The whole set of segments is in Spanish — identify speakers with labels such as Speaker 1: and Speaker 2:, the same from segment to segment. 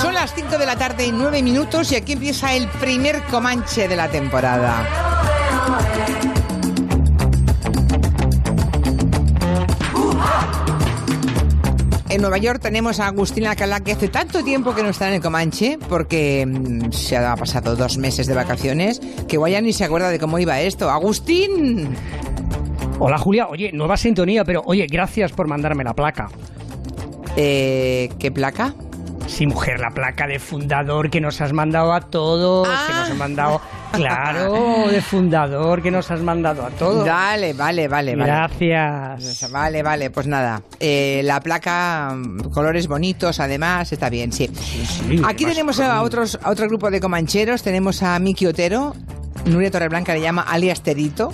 Speaker 1: Son las 5 de la tarde y 9 minutos y aquí empieza el primer Comanche de la temporada. En Nueva York tenemos a Agustín Alcalá, que hace tanto tiempo que no está en el Comanche, porque mm, se ha pasado dos meses de vacaciones, que igual ya ni se acuerda de cómo iba esto. ¡Agustín!
Speaker 2: Hola Julia, oye, nueva sintonía, pero oye, gracias por mandarme la placa.
Speaker 1: Eh, ¿Qué placa?
Speaker 2: Sí, mujer, la placa de fundador que nos has mandado a todos, que
Speaker 1: Ah.
Speaker 2: nos has mandado, claro, de fundador que nos has mandado a todos.
Speaker 1: Dale, vale, vale, vale.
Speaker 2: Gracias.
Speaker 1: Vale, vale, pues nada. Eh, la placa, mm, colores bonitos, además, está bien, sí.
Speaker 2: sí,
Speaker 1: Aquí
Speaker 2: además,
Speaker 1: tenemos a, otros, a otro grupo de comancheros. Tenemos a Miki Otero. Nuria Torreblanca le llama alias Terito.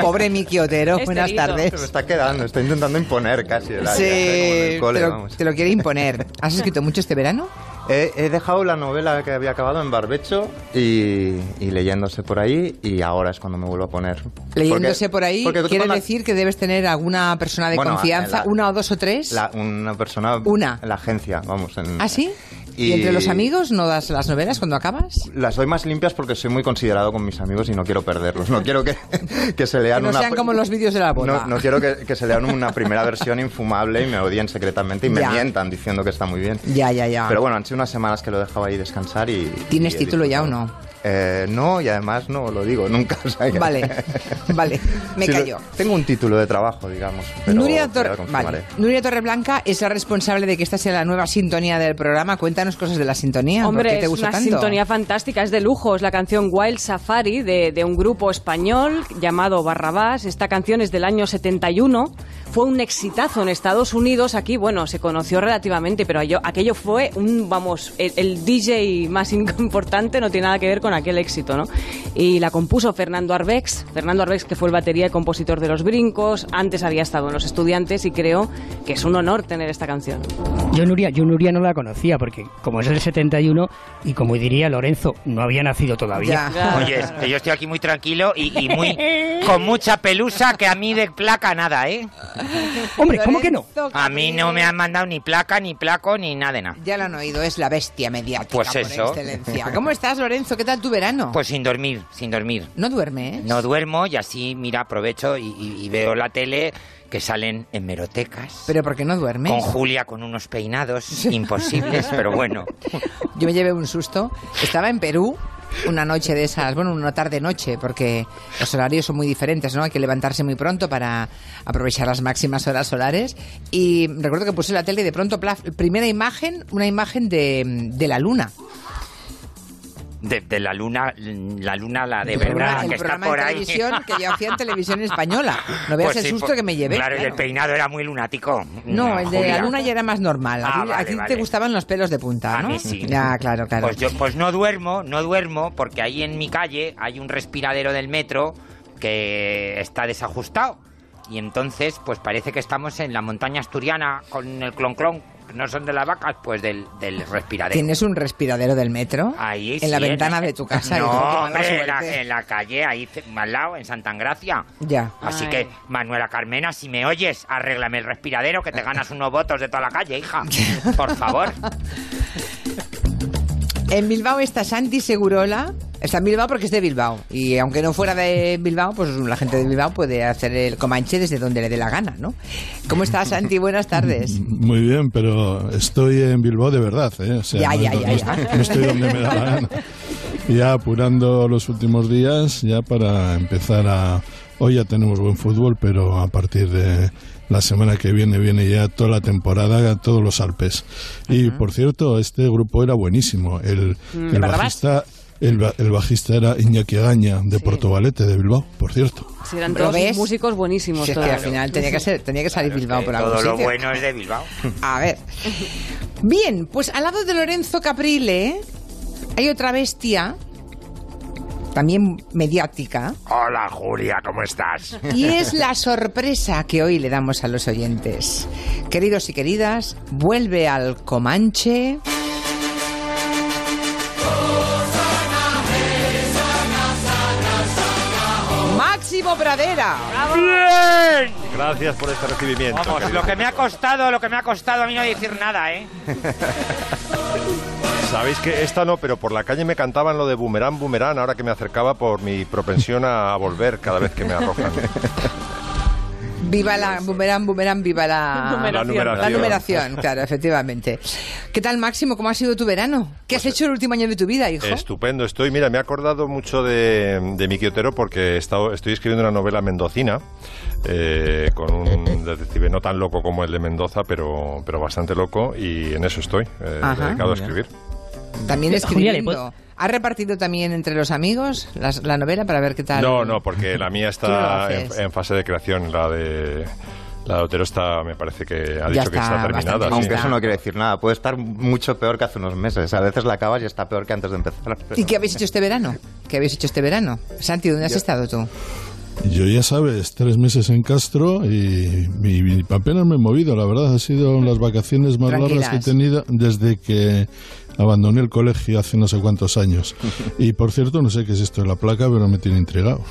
Speaker 1: Pobre Miki Otero. Buenas
Speaker 3: Esterito.
Speaker 1: tardes.
Speaker 4: Se me está quedando, está intentando imponer casi el área,
Speaker 1: Sí,
Speaker 4: como en el cole,
Speaker 1: te lo,
Speaker 4: vamos.
Speaker 1: te lo quiere imponer. ¿Has escrito mucho este verano?
Speaker 4: He, he dejado la novela que había acabado en barbecho y, y leyéndose por ahí y ahora es cuando me vuelvo a poner.
Speaker 1: Leyéndose
Speaker 4: Porque-
Speaker 1: por ahí,
Speaker 4: porque tú
Speaker 1: quiere
Speaker 4: con la-
Speaker 1: decir que debes tener alguna persona de
Speaker 4: Bueno,
Speaker 1: confianza,
Speaker 4: la-
Speaker 1: una o dos o tres.
Speaker 4: la- una persona...
Speaker 1: Una.
Speaker 4: La agencia, vamos. En,
Speaker 1: ¿Ah, sí? ¿Y entre los amigos no das las novelas cuando acabas?
Speaker 4: Las doy más limpias porque soy muy considerado con mis amigos y no quiero perderlos. No quiero que, que se lean
Speaker 1: Que no
Speaker 4: una...
Speaker 1: sean como los vídeos de la boda.
Speaker 4: No, no quiero que, que se lean una primera versión infumable y me odien secretamente y me
Speaker 1: Ya.
Speaker 4: mientan diciendo que está muy bien.
Speaker 1: Ya, ya, ya.
Speaker 4: Pero bueno, han sido unas semanas que lo dejaba ahí descansar y...
Speaker 1: Ah, ¿Tienes
Speaker 4: y he
Speaker 1: título ya o
Speaker 4: disfrutado.
Speaker 1: no?
Speaker 4: Eh, no, y además no lo digo nunca. o sea que-
Speaker 1: Vale, vale, me
Speaker 4: Sí, lo-
Speaker 1: callo.
Speaker 4: Tengo un título de trabajo, digamos. Pero
Speaker 1: Nuria,
Speaker 4: pero
Speaker 1: Tor-
Speaker 4: lo confirmaré.
Speaker 1: vale. Nuria Torreblanca es la responsable de que esta sea la nueva sintonía del programa. Cuéntanos cosas de la sintonía. ¿Por
Speaker 3: Hombre,
Speaker 1: qué te
Speaker 3: es
Speaker 1: gusta
Speaker 3: una
Speaker 1: tanto?
Speaker 3: sintonía fantástica, es de lujo. Es la canción Wild Safari de, de un grupo español llamado Barrabás. Esta canción es del año 71. Fue un exitazo en Estados Unidos. Aquí, bueno, se conoció relativamente, pero aquello, aquello fue un, vamos, el, el DJ más importante no tiene nada que ver con aquel éxito, ¿no? Y la compuso Fernando Arbex. Fernando Arbex, que fue el batería y compositor de Los Brincos. Antes había estado en Los Estudiantes y creo que es un honor tener esta canción.
Speaker 2: Yo Nuria, yo Nuria no la conocía porque como es el 71 y como diría Lorenzo, no había nacido todavía.
Speaker 1: Ya.
Speaker 5: Oye, es que yo estoy aquí muy tranquilo y, y muy con mucha pelusa que a mí de placa nada, ¿eh?
Speaker 2: Hombre, ¿cómo que no?
Speaker 1: Lorenzo,
Speaker 5: A mí no me han mandado ni placa, ni placo, ni nada de nada.
Speaker 1: Ya lo han oído, es la bestia mediática
Speaker 5: Pues
Speaker 1: por
Speaker 5: eso.
Speaker 1: excelencia. ¿Cómo estás, Lorenzo? ¿Qué tal tu verano?
Speaker 5: Pues sin dormir, sin dormir.
Speaker 1: no duermes.
Speaker 5: No duermo y así, mira, aprovecho y, y- y veo la tele que salen hemerotecas.
Speaker 1: ¿Pero por qué no duermes?
Speaker 5: Con Julia con unos peinados imposibles, pero bueno.
Speaker 1: Yo me llevé un susto. Estaba en Perú una noche de esas, bueno, una tarde-noche, porque los horarios son muy diferentes, ¿no? Hay que levantarse muy pronto para aprovechar las máximas horas solares. Y recuerdo que puse la tele y de pronto, plaf, primera imagen, una imagen de, de la luna.
Speaker 5: De, de la luna, la luna, la de
Speaker 1: El
Speaker 5: verdad,
Speaker 1: programa- el
Speaker 5: que está
Speaker 1: programa
Speaker 5: por
Speaker 1: en
Speaker 5: ahí.
Speaker 1: televisión que yo hacía en televisión española. No veas
Speaker 5: Pues
Speaker 1: el
Speaker 5: sí,
Speaker 1: susto
Speaker 5: pues-
Speaker 1: que me llevé.
Speaker 5: Claro, y el
Speaker 1: claro.
Speaker 5: peignado era muy lunático.
Speaker 1: No, el de la
Speaker 5: Julia.
Speaker 1: luna ya era más normal. A
Speaker 5: Ah,
Speaker 1: ti, a
Speaker 5: vale,
Speaker 1: ti
Speaker 5: vale.
Speaker 1: te gustaban los pelos de punta,
Speaker 5: A
Speaker 1: ¿no?
Speaker 5: mí sí.
Speaker 1: Ya, claro, claro.
Speaker 5: Pues, yo, pues no duermo, no duermo, porque ahí en mi calle hay un respiradero del metro que está desajustado. Y entonces, pues parece que estamos en la montaña asturiana con el clon-clon. No son de las vacas, pues del, del respiradero.
Speaker 1: ¿Tienes un respiradero del metro?
Speaker 5: Ahí
Speaker 1: en
Speaker 5: sí,
Speaker 1: la ventana de tu casa.
Speaker 5: No,
Speaker 1: hijo, qué mala
Speaker 5: hombre, en
Speaker 1: suerte.
Speaker 5: la, en la calle, ahí ce- al lado, en Santangracia.
Speaker 1: Ya.
Speaker 5: Así
Speaker 3: Ay.
Speaker 5: que, Manuela Carmena, si me oyes, arréglame el respiradero que te ganas unos votos de toda la calle, hija. Por favor.
Speaker 1: En Bilbao está Santi Segurola. Está en Bilbao porque es de Bilbao. Y aunque no fuera de Bilbao, pues la gente de Bilbao puede hacer el Comanche desde donde le dé la gana, ¿no? ¿Cómo estás, Santi? Buenas tardes.
Speaker 6: Muy bien, pero estoy en Bilbao de verdad, ¿eh? O sea,
Speaker 1: Ya, ya,
Speaker 6: no-
Speaker 1: ya,
Speaker 6: no-
Speaker 1: ya.
Speaker 6: no estoy donde me da la gana. Ya apurando los últimos días, ya para empezar a... Hoy ya tenemos buen fútbol, pero a partir de la semana que viene viene ya toda la temporada, todos los Alpes. Y, por cierto, este grupo era buenísimo. El, el
Speaker 1: Mm, Barrabás?
Speaker 6: bajista... El, ba- el bajista era Iñaki Agaña, de Portugalete, de Bilbao, por cierto.
Speaker 3: Sí, eran
Speaker 1: ¿Lo
Speaker 3: todos
Speaker 1: ves?
Speaker 3: músicos buenísimos.
Speaker 1: Si es que
Speaker 3: todos.
Speaker 1: al final tenía que, ser, tenía que salir Bilbao por algún
Speaker 5: Todo lo
Speaker 1: sitio.
Speaker 5: bueno es de Bilbao.
Speaker 1: A ver. Bien, pues al lado de Lorenzo Caprile hay otra bestia, también mediática,
Speaker 5: Hola Julia, ¿cómo estás?
Speaker 1: y es la sorpresa que hoy le damos a los oyentes. Queridos y queridas, vuelve al Comanche. Ivo Pradera.
Speaker 5: ¡Bien!
Speaker 4: Gracias por este recibimiento.
Speaker 5: Vamos, lo que me ha costado, lo que me ha costado a mí no decir nada, ¿eh?
Speaker 7: Sabéis que esta no, pero por la calle me cantaban lo de boomerang, boomerang, ahora que me acercaba por mi propensión a volver cada vez que me arrojan.
Speaker 1: Viva la boomerang, boomerang, viva la
Speaker 7: La numeración.
Speaker 1: La numeración, claro, efectivamente. ¿Qué tal, Máximo? ¿Cómo ha sido tu verano? ¿Qué has hecho el último año de tu vida, hijo?
Speaker 7: Estupendo estoy. Mira, me he acordado mucho de, de Miki Otero porque he estado- estoy escribiendo una novela mendocina eh, con un detective no tan loco como el de Mendoza, pero, pero bastante loco y en eso estoy, eh,
Speaker 1: Ajá,
Speaker 7: dedicado a
Speaker 1: muy
Speaker 7: escribir.
Speaker 1: También
Speaker 2: Eh, Julia, ¿le
Speaker 1: escribiendo. ¿Ha repartido también entre los amigos las- la novela para ver qué tal?
Speaker 7: No, no, porque la mía
Speaker 1: Tú lo
Speaker 7: está
Speaker 1: haces.
Speaker 7: en, en fase de creación, la de... La de Otero está, me parece que ha dicho que
Speaker 1: está
Speaker 7: está
Speaker 1: bastante
Speaker 7: terminada. sí.
Speaker 1: lista.
Speaker 4: Aunque eso no quiere decir nada, puede estar mucho peor que hace unos meses. A veces la acabas y está peor que antes de empezar.
Speaker 1: ¿Y qué habéis hecho este verano? ¿Qué habéis hecho este verano? Santi, ¿dónde has estado tú?
Speaker 6: Yo ya sabes, tres meses en Castro y, y- y apenas me he movido, la verdad. Ha sido las vacaciones más largas que he
Speaker 1: Tranquilas.
Speaker 6: tenido desde que abandoné el colegio hace no sé cuántos años. Y por cierto, no sé qué es esto de la placa, pero me tiene intrigado.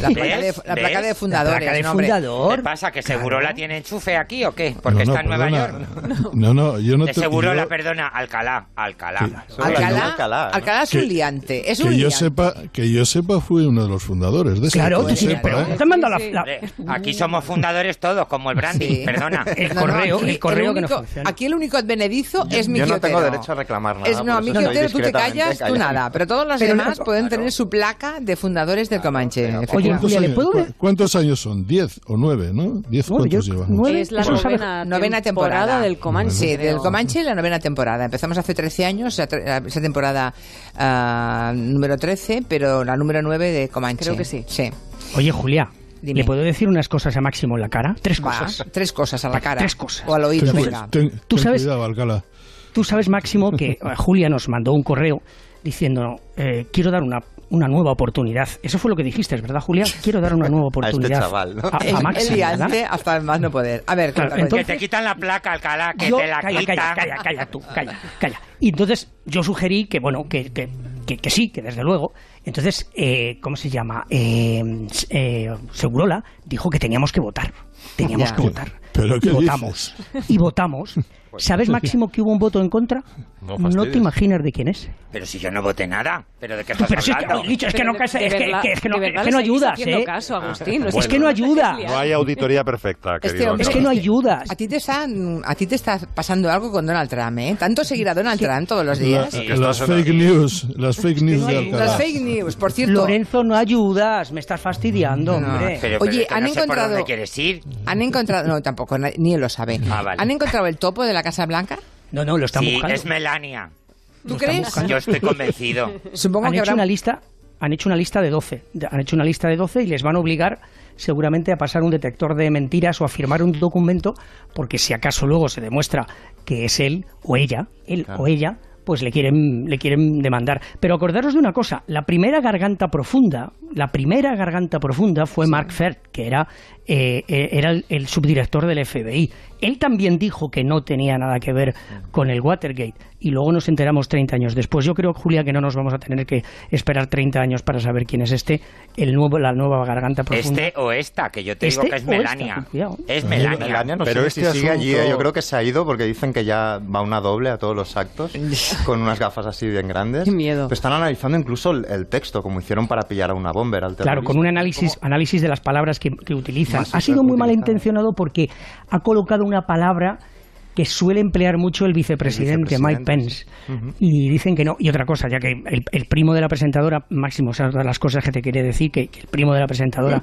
Speaker 1: La placa, de,
Speaker 5: ¿Ves?
Speaker 1: la placa de
Speaker 5: ¿Ves?
Speaker 1: fundadores.
Speaker 2: placa de
Speaker 1: no, hombre.
Speaker 5: ¿Qué
Speaker 2: fundador.
Speaker 5: pasa? ¿Que seguro la tiene enchufe aquí o qué? Porque está en Nueva
Speaker 6: perdona.
Speaker 5: York.
Speaker 6: No, no, yo no
Speaker 5: De
Speaker 6: te-
Speaker 5: seguro
Speaker 6: yo-
Speaker 5: la perdona Alcalá, Alcalá.
Speaker 4: Eso es
Speaker 1: Alcalá,
Speaker 4: Alcalá,
Speaker 1: Alcalá,
Speaker 4: ¿no?
Speaker 1: es un
Speaker 6: Que-
Speaker 1: liante. Es un
Speaker 6: Que yo,
Speaker 1: liante.
Speaker 6: sepa, que yo sepa, fui uno de los fundadores de eso.
Speaker 2: Claro,
Speaker 6: que
Speaker 2: tú
Speaker 6: yo
Speaker 2: sí,
Speaker 1: sí,
Speaker 6: sepa,
Speaker 2: pero
Speaker 6: ¿eh?
Speaker 2: te manda la,
Speaker 3: Sí, sí.
Speaker 2: la-
Speaker 5: Hombre, Aquí somos fundadores todos, como el branding,
Speaker 1: Sí.
Speaker 5: perdona.
Speaker 2: El correo, el correo que no
Speaker 1: único-
Speaker 2: funciona.
Speaker 1: Aquí el único advenedizo es mi
Speaker 4: yo no tengo derecho a reclamar nada,
Speaker 1: Es, no,
Speaker 4: por
Speaker 1: a
Speaker 4: eso
Speaker 1: mí
Speaker 4: estoy
Speaker 1: Otero, tú te
Speaker 4: discretamente
Speaker 1: callas, tú
Speaker 4: callado.
Speaker 1: nada. Pero todos los
Speaker 2: Pero
Speaker 1: demás
Speaker 2: no-
Speaker 1: pueden tener su placa de fundadores del Comanche.
Speaker 2: Oye,
Speaker 1: efectivamente.
Speaker 6: ¿Cuántos,
Speaker 2: Julia, ¿le
Speaker 6: años,
Speaker 2: puedo
Speaker 6: cu-
Speaker 2: ver?
Speaker 6: ¿Cuántos años son? ¿Diez o nueve, no? ¿Diez
Speaker 2: Bueno,
Speaker 6: cuántos
Speaker 2: yo-
Speaker 6: llevamos?
Speaker 2: nueve.
Speaker 3: Es la
Speaker 2: Eso sabe-
Speaker 3: novena,
Speaker 1: Pues Novena temporada.
Speaker 3: del Comanche.
Speaker 1: Sí,
Speaker 3: creo.
Speaker 1: del Comanche la novena temporada. Empezamos hace 13 años, esa tre- esa temporada ah, número 13, pero la número 9 de Comanche.
Speaker 3: Creo que sí.
Speaker 1: Sí.
Speaker 2: Oye, Julia,
Speaker 1: Dime.
Speaker 2: ¿le puedo decir unas cosas a Máximo en la cara? Tres
Speaker 1: Va,
Speaker 2: cosas.
Speaker 1: tres cosas a la cara.
Speaker 2: Tres cosas.
Speaker 1: O al oído,
Speaker 6: Ten, cu-
Speaker 1: venga.
Speaker 6: ten-
Speaker 2: Tú
Speaker 6: ten
Speaker 2: sabes-
Speaker 6: cuidado, Alcalá.
Speaker 2: Tú sabes, Máximo, que eh, Julia nos mandó un correo diciendo, eh, quiero dar una, una nueva oportunidad. Eso fue lo que dijiste, ¿verdad, Julia? Quiero dar una nueva
Speaker 4: este
Speaker 2: oportunidad.
Speaker 4: chaval, ¿no?
Speaker 2: A- a
Speaker 1: El, el
Speaker 2: Máximo, ¿verdad?
Speaker 1: liante hasta más no poder. A ver,
Speaker 2: Claro,
Speaker 1: cuéntame.
Speaker 5: Que
Speaker 2: entonces-
Speaker 5: te quitan la placa, Alcalá, que
Speaker 2: Yo-
Speaker 5: te la
Speaker 2: calla,
Speaker 5: quitan.
Speaker 2: calla, calla, calla, tú, calla, calla. Y entonces yo sugerí que, bueno, que, que, que- que sí, que desde luego. Entonces, eh, ¿cómo se llama? Eh, eh, Segurola dijo que teníamos que votar. Teníamos
Speaker 1: Ya.
Speaker 2: que votar.
Speaker 6: ¿Pero
Speaker 2: y
Speaker 6: qué
Speaker 2: votamos. Y votamos.
Speaker 3: Pues
Speaker 2: ¿Sabes, Máximo, que hubo un voto en contra?
Speaker 7: No fastidies.
Speaker 2: te imaginas de quién es.
Speaker 5: Pero si yo no voté nada. ¿Pero de qué estás
Speaker 2: Pero si es que,
Speaker 5: hablando?
Speaker 2: oye, Licho, es que no,
Speaker 3: Pero
Speaker 2: es
Speaker 3: de-
Speaker 2: que, es
Speaker 3: de
Speaker 2: que-
Speaker 3: verdad-
Speaker 2: es que no,
Speaker 3: de verdad
Speaker 2: es que no
Speaker 3: le seguís
Speaker 2: ayudas,
Speaker 3: haciendo
Speaker 2: ¿eh?
Speaker 3: caso, Agustín.
Speaker 7: Bueno.
Speaker 2: es que no ayuda.
Speaker 7: No hay auditoría perfecta,
Speaker 1: Este
Speaker 7: querido.
Speaker 1: hombre-
Speaker 2: Es
Speaker 7: Alcalá.
Speaker 2: que no ayudas.
Speaker 1: A ti te está, a ti te está pasando algo con Donald Trump, ¿eh? Tanto seguir a Donald Trump todos los
Speaker 6: La-
Speaker 1: días.
Speaker 7: Sí,
Speaker 6: las
Speaker 7: estás en la-
Speaker 6: fake news, las fake news de Alcalá.
Speaker 1: Las fake news, por cierto.
Speaker 2: Lorenzo, no ayudas. Me estás fastidiando,
Speaker 1: No.
Speaker 2: hombre.
Speaker 5: Pero,
Speaker 1: Oye,
Speaker 5: pero es que
Speaker 1: han
Speaker 5: no sé
Speaker 1: encontrado-
Speaker 5: por dónde quieres ir.
Speaker 1: Han encontrado, no, tampoco, na- ni él lo sabe.
Speaker 5: Ah, vale.
Speaker 1: ¿Han encontrado el topo de la Casa Blanca?
Speaker 2: No, no, lo están
Speaker 5: Sí,
Speaker 2: buscando.
Speaker 5: es Melania.
Speaker 1: ¿Tú crees?
Speaker 5: Yo estoy convencido.
Speaker 1: Supongo
Speaker 2: han
Speaker 1: que
Speaker 2: hecho
Speaker 1: habrá
Speaker 2: una lista han hecho una lista de 12 de- han hecho una lista de 12 y les van a obligar seguramente a pasar un detector de mentiras o a firmar un documento porque si acaso luego se demuestra que es él o ella él o ella pues le quieren le quieren demandar pero acordaros de una cosa la primera garganta profunda la primera garganta profunda fue Mark Fert que era eh, eh, era el, el subdirector del FBI él también dijo que no tenía nada que ver con el Watergate y luego nos enteramos 30 años después. Yo creo, Julia, que no nos vamos a tener que esperar 30 años para saber quién es este, el nuevo, la nueva garganta profunda.
Speaker 5: Este o esta, que yo te
Speaker 2: Este
Speaker 5: digo que es
Speaker 2: o esta,
Speaker 5: Melania.
Speaker 2: ten cuidado.
Speaker 5: Es Melania.
Speaker 4: Melania no
Speaker 7: Pero
Speaker 4: sé
Speaker 7: este
Speaker 4: si sigue allí,
Speaker 7: asunto-
Speaker 4: ¿eh? yo creo que se ha ido porque dicen que ya va una doble a todos los actos con unas gafas así bien grandes.
Speaker 3: Qué miedo.
Speaker 4: Pero están analizando incluso el, el texto, como hicieron para pillar a una bomber al
Speaker 2: Claro, con un
Speaker 4: terrorista.
Speaker 2: análisis, análisis de las palabras que, que utilizan.
Speaker 4: Más
Speaker 2: Ha sido muy
Speaker 4: utilizado.
Speaker 2: malintencionado porque ha colocado una palabra que suele emplear mucho el vicepresidente,
Speaker 4: El
Speaker 2: Mike
Speaker 4: vicepresidente,
Speaker 2: Pence. Y dicen que no. Y otra cosa, ya que el, el primo de la presentadora, Máximo, sabes todas las cosas que te quiere decir, que, que el primo de la presentadora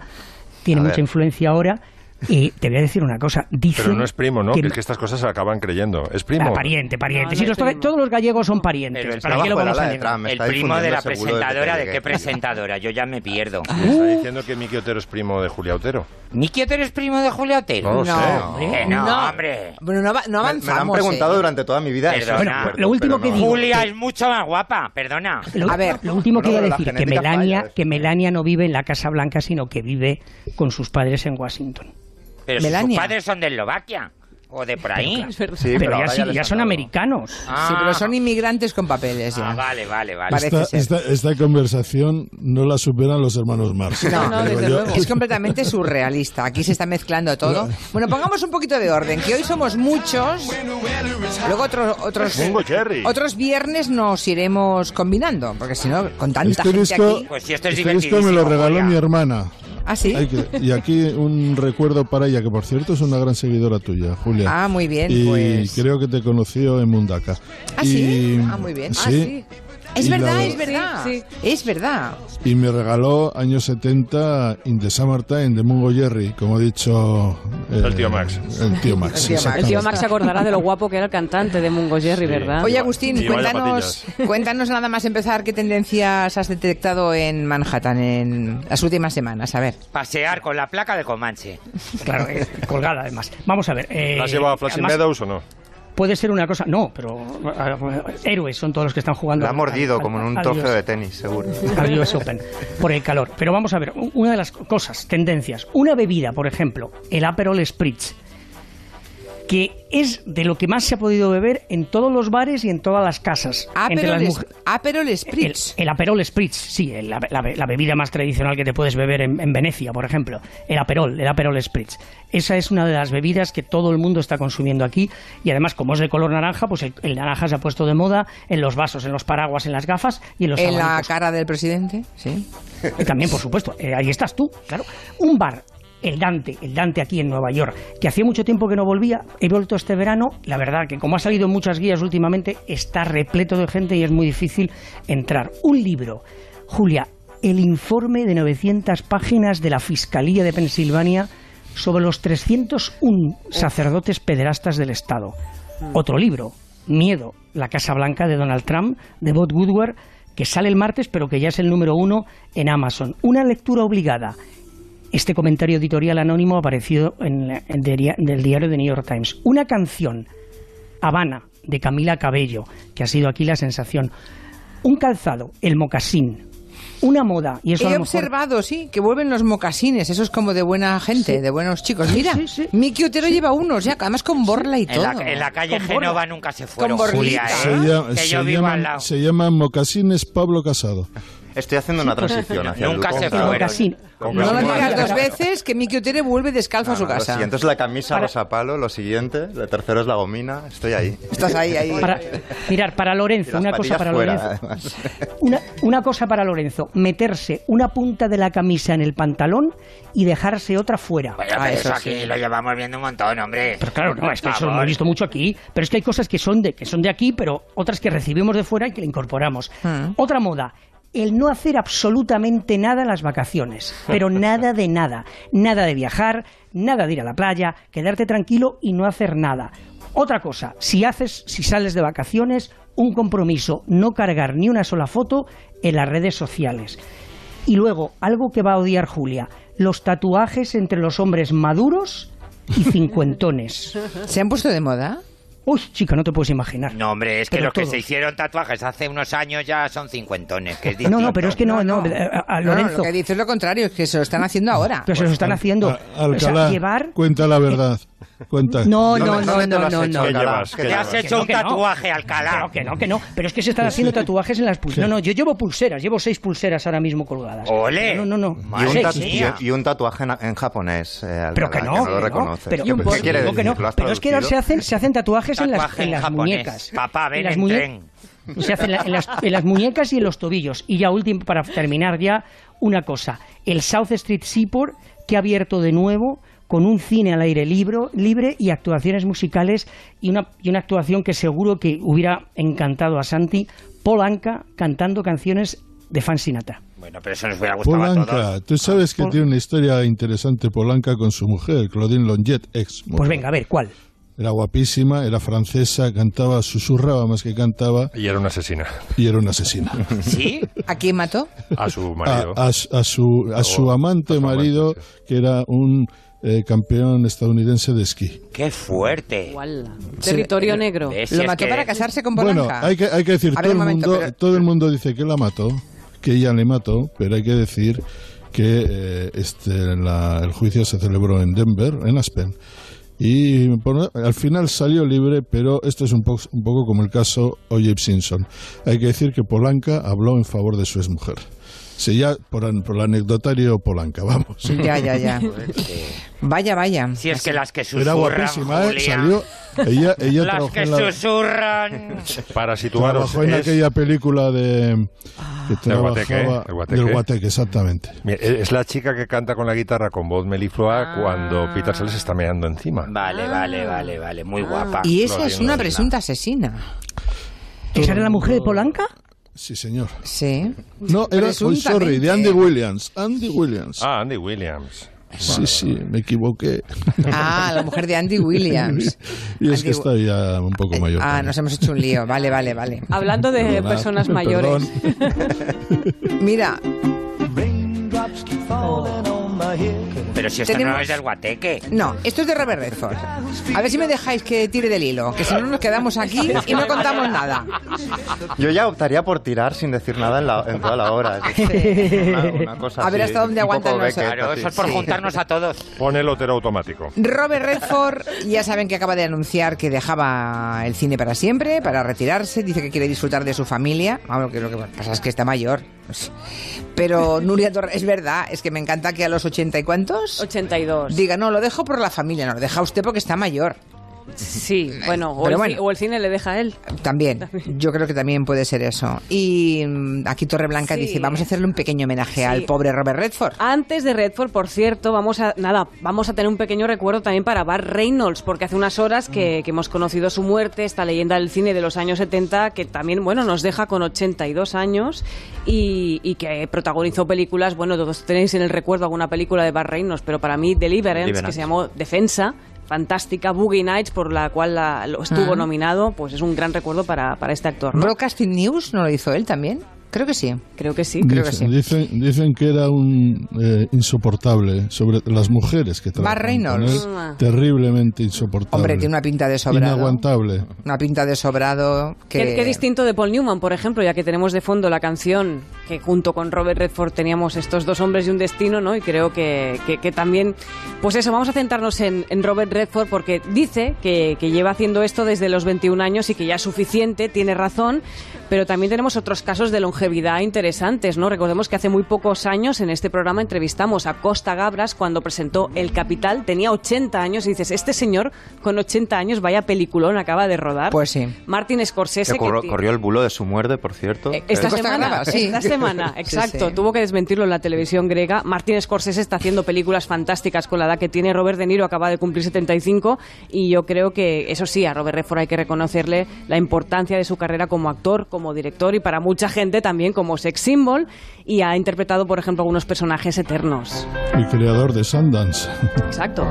Speaker 2: tiene
Speaker 4: A
Speaker 2: mucha
Speaker 4: ver.
Speaker 2: influencia ahora. Y te voy a decir una cosa. Dicen
Speaker 7: Pero no es primo, ¿no?
Speaker 2: que-
Speaker 7: Que es que estas cosas se acaban creyendo. Es
Speaker 2: Ah,
Speaker 7: primo.
Speaker 2: pariente, pariente.
Speaker 3: No, no
Speaker 2: Si
Speaker 3: es
Speaker 2: los to-
Speaker 3: primo.
Speaker 2: todos los gallegos son parientes.
Speaker 5: Pero el
Speaker 2: ¿Para qué lo
Speaker 4: trabajo era
Speaker 2: vamos a
Speaker 4: la de
Speaker 2: negar?
Speaker 4: Trump. Me
Speaker 5: El
Speaker 4: está
Speaker 5: primo de la
Speaker 4: difundiendo seguro de que
Speaker 5: presentadora,
Speaker 4: te
Speaker 5: ¿de
Speaker 4: llegué.
Speaker 5: qué presentadora? Yo ya me pierdo.
Speaker 7: Me Está
Speaker 2: Uh.
Speaker 7: diciendo que Miki Otero es primo de Julia Otero.
Speaker 5: ¿Miki Otero es primo de Julia Otero?
Speaker 1: Oh.
Speaker 7: No lo
Speaker 1: No.
Speaker 7: sé.
Speaker 5: Que no,
Speaker 1: No.
Speaker 5: hombre.
Speaker 1: Bueno, no, va- no
Speaker 4: Me- Me, lo han
Speaker 1: avanzamos.
Speaker 4: preguntado
Speaker 1: eh.
Speaker 4: durante toda mi vida. eso
Speaker 5: Perdona.
Speaker 4: es
Speaker 5: Bueno,
Speaker 4: cierto,
Speaker 2: lo último
Speaker 4: pero
Speaker 2: que
Speaker 4: no.
Speaker 2: digo-
Speaker 5: Julia es mucho más guapa, perdona.
Speaker 2: Lo,
Speaker 1: A ver.
Speaker 2: lo último que iba
Speaker 4: Bueno, pero
Speaker 2: a
Speaker 4: la
Speaker 2: decir, que
Speaker 4: genética falla,
Speaker 2: Melania,
Speaker 4: es-
Speaker 2: que Melania no vive en la Casa Blanca, sino que vive con sus padres en Washington.
Speaker 5: Pero si sus
Speaker 1: Melania.
Speaker 5: padres son de Eslovaquia. o de por ahí.
Speaker 3: Es verdad.
Speaker 4: Sí,
Speaker 2: pero,
Speaker 4: ahora
Speaker 2: ya, sí,
Speaker 4: les
Speaker 2: ya
Speaker 4: han
Speaker 2: son
Speaker 4: dado.
Speaker 2: americanos.
Speaker 5: Ah,
Speaker 1: Sí, pero son inmigrantes con papeles ya.
Speaker 5: ah, vale, vale, vale.
Speaker 1: Parece
Speaker 6: Esta,
Speaker 1: ser.
Speaker 6: esta- esta conversación no la superan los hermanos Marx.
Speaker 1: No,
Speaker 3: no,
Speaker 6: Digo
Speaker 3: desde
Speaker 6: yo.
Speaker 3: luego.
Speaker 1: Es completamente surrealista. Aquí se está mezclando todo. Bueno, pongamos un poquito de orden, que hoy somos muchos. Luego otros otros
Speaker 7: Mungo Jerry.
Speaker 1: otros viernes nos iremos combinando, porque si no con tanta
Speaker 6: Este
Speaker 1: gente
Speaker 6: disco,
Speaker 1: aquí.
Speaker 5: Pues sí, esto es
Speaker 6: este disco me
Speaker 5: divertidísimo,
Speaker 6: lo regaló
Speaker 5: Julia.
Speaker 6: mi hermana.
Speaker 1: Ah, sí.
Speaker 6: Hay que- y aquí un recuerdo para ella, que por cierto es una gran seguidora tuya, Julia.
Speaker 1: Ah, muy bien,
Speaker 6: Y
Speaker 1: pues.
Speaker 6: creo que te conoció en Mundaka.
Speaker 1: Ah, sí.
Speaker 6: Y-
Speaker 1: Ah, muy bien.
Speaker 6: sí.
Speaker 1: Ah, sí. Es
Speaker 6: Y
Speaker 1: verdad,
Speaker 6: la-
Speaker 1: es verdad.
Speaker 3: Sí,
Speaker 1: Es verdad.
Speaker 6: Y me regaló años 70 In the Summertime de Mungo Jerry, como ha dicho... eh,
Speaker 7: El tío Max.
Speaker 6: El tío Max,
Speaker 1: El tío Max.
Speaker 3: El
Speaker 6: exactamente.
Speaker 3: tío Max se acordará de lo guapo que era el cantante de Mungo Jerry, ¿verdad?
Speaker 1: Oye,
Speaker 7: va-
Speaker 1: Agustín,
Speaker 7: y vaya
Speaker 1: cuéntanos, cuéntanos nada más empezar qué tendencias has detectado en Manhattan en las últimas semanas. A ver.
Speaker 5: Pasear con la placa de Comanche.
Speaker 2: Claro, eh, colgada además. Vamos a ver. eh,
Speaker 7: ¿La has llevado a Flash
Speaker 2: además,
Speaker 7: Meadows o no?
Speaker 2: Puede ser una cosa. No, pero ah, ah, héroes son todos los que están jugando.
Speaker 4: La ha
Speaker 2: al-
Speaker 4: mordido
Speaker 2: al-
Speaker 4: como en un
Speaker 2: al-
Speaker 4: trofeo
Speaker 2: al-
Speaker 4: de tenis, seguro.
Speaker 2: al US Open por el calor. Pero vamos a ver, u- una de las cosas, tendencias. Una bebida, por ejemplo, el Aperol Spritz, que es de lo que más se ha podido beber en todos los bares y en todas las casas. entre las
Speaker 1: Aperol,
Speaker 2: mujer-
Speaker 1: es- Aperol
Speaker 2: el,
Speaker 1: Spritz.
Speaker 2: el Aperol Spritz, sí, el- la, la- la bebida más tradicional que te puedes beber en, en Venecia, por ejemplo. El Aperol, el Aperol Spritz. Esa es una de las bebidas que todo el mundo está consumiendo aquí. Y además, como es de color naranja, pues el, el naranja se ha puesto de moda en los vasos, en los paraguas, en las gafas y en los
Speaker 1: en la
Speaker 2: abanicos.
Speaker 1: cara del presidente, sí.
Speaker 2: Y también, por supuesto, eh, ahí estás tú, claro. Un bar, el Dante, el Dante aquí en Nueva York, que hacía mucho tiempo que no volvía, he vuelto este verano, la verdad que como ha salido en muchas guías últimamente, está repleto de gente y es muy difícil entrar. Un libro, Julia, el informe de 900 páginas de la Fiscalía de Pensilvania sobre los 301 sacerdotes pederastas del Estado. Otro libro, Miedo, la Casa Blanca de Donald Trump, de Bob Woodward, que sale el martes, pero que ya es el número uno en Amazon. Una lectura obligada. Este comentario editorial anónimo aparecido en, la- en diaria- del diario de New York Times. Una canción, Habana, de Camila Cabello, que ha sido aquí la sensación. Un calzado, el mocasín. Una moda, y eso a
Speaker 1: He
Speaker 2: lo mejor-
Speaker 1: observado, sí, que vuelven los mocasines. Eso es como de buena gente, de buenos chicos. Mira,
Speaker 2: sí, sí.
Speaker 1: Miki Otero lleva unos ya, además con borla y
Speaker 5: En
Speaker 1: todo.
Speaker 5: la, en la calle
Speaker 1: Con
Speaker 5: Genova
Speaker 1: borla.
Speaker 5: nunca se fueron,
Speaker 1: Con
Speaker 5: Julia,
Speaker 1: borlita.
Speaker 5: ¿eh?
Speaker 6: Se, llama-
Speaker 5: que yo
Speaker 6: se
Speaker 5: vivo al
Speaker 6: llaman,
Speaker 5: lado.
Speaker 6: se llaman Mocasines Pablo Casado.
Speaker 4: Estoy haciendo una transición hacia
Speaker 5: Nunca
Speaker 4: el
Speaker 5: se
Speaker 4: Ducón.
Speaker 5: fueron.
Speaker 2: mocasín.
Speaker 7: Con
Speaker 1: No lo
Speaker 7: Casino.
Speaker 1: digas dos veces, que Miki Otero vuelve descalzo a su
Speaker 4: Lo
Speaker 1: casa.
Speaker 4: siguiente es la camisa, los a palo, lo siguiente, lo tercero es la gomina, estoy ahí.
Speaker 1: Estás ahí, ahí.
Speaker 2: Para, mirar, para
Speaker 4: Y
Speaker 2: Lorenzo,
Speaker 4: las
Speaker 2: una cosa
Speaker 4: patillas
Speaker 2: para
Speaker 4: fuera, ¿eh?
Speaker 2: Lorenzo.
Speaker 4: además.
Speaker 2: Una, una cosa para Lorenzo, meterse una punta de la camisa en el pantalón y dejarse otra fuera.
Speaker 5: Bueno,
Speaker 1: Ah,
Speaker 5: pero
Speaker 1: eso
Speaker 5: eso aquí
Speaker 1: sí.
Speaker 5: lo llevamos viendo un montón, hombre.
Speaker 2: Pero claro, no, es que
Speaker 5: Por
Speaker 2: eso lo
Speaker 5: favor.
Speaker 2: he visto mucho aquí. Pero es que hay cosas que son de, que son de aquí, pero otras que recibimos de fuera y que le incorporamos.
Speaker 1: Mm.
Speaker 2: Otra moda. El no hacer absolutamente nada en las vacaciones, pero nada de nada, nada de viajar, nada de ir a la playa, quedarte tranquilo y no hacer nada. Otra cosa, si haces, si sales de vacaciones, un compromiso, no cargar ni una sola foto en las redes sociales. Y luego, algo que va a odiar Julia, los tatuajes entre los hombres maduros y cincuentones.
Speaker 1: ¿Se han puesto de moda?
Speaker 2: Uy, chica, no te puedes imaginar.
Speaker 5: No, hombre, es que
Speaker 2: Pero
Speaker 5: los que
Speaker 2: todos.
Speaker 5: se hicieron tatuajes hace unos años ya son cincuentones, que es
Speaker 2: No, no,
Speaker 5: distinto.
Speaker 2: pero es que no, no, eh, a- a
Speaker 1: No, no,
Speaker 2: Lorenzo.
Speaker 1: lo que dices es lo contrario, es que se lo están haciendo ahora.
Speaker 2: Pero se los están haciendo.
Speaker 6: A-
Speaker 2: O sea,
Speaker 6: Alcalá,
Speaker 2: llevar.
Speaker 6: cuenta la verdad. Cuenta.
Speaker 2: No,
Speaker 4: No
Speaker 2: no,
Speaker 4: me-
Speaker 2: no,
Speaker 4: no me te lo
Speaker 2: no,
Speaker 4: has
Speaker 2: no,
Speaker 4: hecho,
Speaker 2: no.
Speaker 7: ¿Qué
Speaker 4: Alcalá,
Speaker 7: llevas?
Speaker 4: ¿qué
Speaker 7: ¿Qué
Speaker 5: Te
Speaker 7: llevas?
Speaker 5: has
Speaker 2: Que
Speaker 5: hecho
Speaker 2: no,
Speaker 5: un
Speaker 2: que no.
Speaker 5: tatuaje, Alcalá.
Speaker 2: Claro que no, que no. Pero es que se están haciendo tatuajes en las pulseras. No, no, yo llevo pulseras, llevo seis pulseras ahora mismo colgadas.
Speaker 5: ¡Ole!
Speaker 2: No, no, no.
Speaker 5: Y
Speaker 4: Y un,
Speaker 5: Madre
Speaker 4: tatu-
Speaker 5: mía.
Speaker 4: y- y un tatuaje en, en japonés, eh, Alcalá,
Speaker 2: Pero que no,
Speaker 4: lo
Speaker 2: que no.
Speaker 4: reconoces.
Speaker 2: Pero,
Speaker 4: ¿Qué-
Speaker 2: digo
Speaker 4: ¿Qué quiere
Speaker 2: que
Speaker 4: decir?
Speaker 2: no.
Speaker 4: ¿Lo has
Speaker 2: Pero es que ahora se
Speaker 4: traducido?
Speaker 2: hacen, se hacen tatuajes en las,
Speaker 5: Tatuaje
Speaker 2: en
Speaker 5: en
Speaker 2: las
Speaker 5: japonés.
Speaker 2: muñecas.
Speaker 5: Papá, ven
Speaker 2: en las
Speaker 5: en
Speaker 2: muñe-
Speaker 5: tren.
Speaker 2: Se hacen la- en, las, en las muñecas y en los tobillos. Y ya último, para terminar ya, una cosa. El South Street Seaport, que ha abierto de nuevo con un cine al aire libro- libre y actuaciones musicales y una, y una actuación que seguro que hubiera encantado a Santi, Polanca cantando canciones de Fansinata.
Speaker 5: Bueno, pero eso nos hubiera gustado a
Speaker 6: Polanca,
Speaker 5: todos.
Speaker 6: tú sabes que tiene una historia interesante Polanca con su mujer, Claudine Longet, ex.
Speaker 2: Pues venga, a ver, ¿cuál?
Speaker 6: Era guapísima, era francesa, cantaba, susurraba más que cantaba
Speaker 7: Y era una asesina.
Speaker 6: y era una asesina.
Speaker 5: ¿Sí?
Speaker 1: ¿A quién mató?
Speaker 7: A su
Speaker 6: A,
Speaker 7: marido.
Speaker 6: a su- a su, a su
Speaker 5: Oh,
Speaker 7: O-
Speaker 6: amante
Speaker 7: a su amante,
Speaker 6: marido,
Speaker 7: sí.
Speaker 6: que era un eh, campeón estadounidense de esquí.
Speaker 5: ¡Qué fuerte!
Speaker 3: Igual. Territorio negro.
Speaker 5: ¿Ves? Eh, Si
Speaker 1: ¿Lo
Speaker 5: es
Speaker 1: mató
Speaker 5: que-
Speaker 1: para casarse con Polanca?
Speaker 6: Bueno, hay que, hay que decir,
Speaker 1: A ver,
Speaker 6: todo, el
Speaker 1: un momento,
Speaker 6: mundo,
Speaker 1: pero-
Speaker 6: todo el mundo dice que la mató, que ella le mató, pero hay que decir que eh, este, la- el juicio se celebró en Denver, en Aspen, y por- al final salió libre, pero esto es un, po- un poco como el caso O.J. Simpson. Hay que decir que Polanca habló en favor de su exmujer. Sí, ya por, an- por el anecdotario Polanca, vamos.
Speaker 1: Ya, ya, ya. Vaya, vaya.
Speaker 5: Si es que las que
Speaker 6: Era
Speaker 5: susurran,
Speaker 6: guapísima, ¿eh?
Speaker 5: Julia,
Speaker 6: Salió. Ella, ella
Speaker 5: las
Speaker 6: trabajó
Speaker 5: que
Speaker 6: en la-
Speaker 5: susurran.
Speaker 7: Para situaros.
Speaker 6: Trabajó en
Speaker 7: es-
Speaker 6: aquella película de
Speaker 1: Ah.
Speaker 6: que
Speaker 7: Del
Speaker 6: trabajaba
Speaker 7: Guateque, ¿eh? El Guateque.
Speaker 6: del Guateque, exactamente.
Speaker 7: Mira, e-, es es la chica que canta con la guitarra con voz meliflua
Speaker 2: Ah.
Speaker 7: cuando Peter se les está meando encima.
Speaker 3: Ah.
Speaker 5: Vale, vale, vale, vale. Muy guapa.
Speaker 1: Y esa
Speaker 7: Lo
Speaker 1: es
Speaker 7: digo,
Speaker 1: una
Speaker 7: no.
Speaker 1: presunta asesina.
Speaker 2: ¿Esa era la mujer de Polanca?
Speaker 6: Sí, señor.
Speaker 1: Sí.
Speaker 6: No, era soy sorry, de Andy Williams. Andy Williams.
Speaker 7: Ah, Andy Williams.
Speaker 6: sí, sí, me equivoqué.
Speaker 1: Ah, la mujer de Andy Williams.
Speaker 6: y es
Speaker 1: Andy-
Speaker 6: que estoy ya un poco mayor.
Speaker 1: Ah,
Speaker 6: también.
Speaker 1: nos hemos hecho un lío. Vale, vale, vale.
Speaker 3: Hablando de
Speaker 7: Ah,
Speaker 6: Perdonad,
Speaker 3: personas
Speaker 6: perdón.
Speaker 3: mayores.
Speaker 1: Mira,
Speaker 5: Pero si esto
Speaker 1: Tenemos-
Speaker 5: no es del guateque.
Speaker 1: no, esto es de Robert Redford. A ver si me dejáis que tire del hilo, que si no nos quedamos aquí y no contamos nada.
Speaker 4: Yo ya optaría por tirar sin decir nada en, la- en toda la hora. Es decir, una- una cosa
Speaker 1: A ver
Speaker 4: así,
Speaker 1: hasta dónde
Speaker 4: un poco
Speaker 1: aguantan los-
Speaker 4: Beckett,
Speaker 5: Claro,
Speaker 4: así.
Speaker 5: eso es por
Speaker 1: Sí.
Speaker 5: juntarnos a todos.
Speaker 7: Pon el otero automático.
Speaker 1: Robert Redford, ya saben que acaba de anunciar que dejaba el cine para siempre, para retirarse. Dice que quiere disfrutar de su familia. Vamos, que lo que pasa es que está mayor. Pero Nuria Torres, es verdad, es que me encanta que a los ochenta y cuantos
Speaker 3: 82.
Speaker 1: diga, no, lo dejo por la familia, no, lo deja usted porque está mayor.
Speaker 3: Sí, bueno, o
Speaker 1: Pero
Speaker 3: el,
Speaker 1: bueno.
Speaker 3: ci- o el cine le deja a él.
Speaker 1: También, yo creo que también puede ser eso. Y mm, aquí Torreblanca
Speaker 3: Sí.
Speaker 1: dice, vamos a hacerle un pequeño homenaje
Speaker 3: Sí.
Speaker 1: al pobre Robert Redford.
Speaker 3: Antes de Redford, por cierto, vamos a nada, vamos a tener un pequeño recuerdo también para Bar Reynolds, porque hace unas horas que, que hemos conocido su muerte, esta leyenda del cine de los años 70, que también bueno nos deja con 82 años y, y que protagonizó películas. Bueno, todos tenéis en el recuerdo alguna película de Bar Reynolds, pero para mí Deliverance, que
Speaker 4: Deliverance.
Speaker 3: se llamó Defensa. Fantástica Boogie Nights, por la cual la- lo estuvo nominado, pues es un gran recuerdo para, para este actor. ¿no?
Speaker 1: Broadcasting News, ¿no lo hizo él también? Creo que sí.
Speaker 3: Creo que sí.
Speaker 1: Creo que sí.
Speaker 6: Dicen, dicen, dicen que era un eh, insoportable sobre las mujeres que trabajan.
Speaker 1: Bar Reynolds. Ah.
Speaker 6: con él, terriblemente insoportable.
Speaker 1: Hombre, tiene una pinta de sobrado.
Speaker 6: Inaguantable.
Speaker 1: Una pinta de sobrado que...
Speaker 3: ¿Qué, qué distinto de Paul Newman, por ejemplo, ya que tenemos de fondo la canción que junto con Robert Redford teníamos estos dos hombres y un destino, ¿no? Y creo que, que- que también, pues eso, vamos a centrarnos en, en Robert Redford porque dice que, que lleva haciendo esto desde los 21 años y que ya es suficiente, tiene razón, pero también tenemos otros casos de longevidad interesantes, ¿no? Recordemos que hace muy pocos años en este programa entrevistamos a Costa Gabras cuando presentó El Capital, tenía 80 años y dices, este señor con 80 años, vaya peliculón, acaba de rodar.
Speaker 1: Pues sí.
Speaker 3: Martin Scorsese.
Speaker 4: Que corro-
Speaker 3: ti-
Speaker 4: corrió el bulo de su muerte, por cierto.
Speaker 3: eh, Esta
Speaker 1: Costa
Speaker 3: semana,
Speaker 1: Brava, sí.
Speaker 3: esta semana,
Speaker 1: Sí,
Speaker 3: exacto.
Speaker 1: sí.
Speaker 3: Tuvo que desmentirlo en la televisión griega. Martin Scorsese está haciendo películas fantásticas con la edad que tiene. Robert De Niro acaba de cumplir 75 y yo creo que, eso sí, a Robert Redford hay que reconocerle la importancia de su carrera como actor, como director y para mucha gente también como sex symbol y ha interpretado, por ejemplo, algunos personajes eternos.
Speaker 6: Y creador de Sundance.
Speaker 3: Exacto.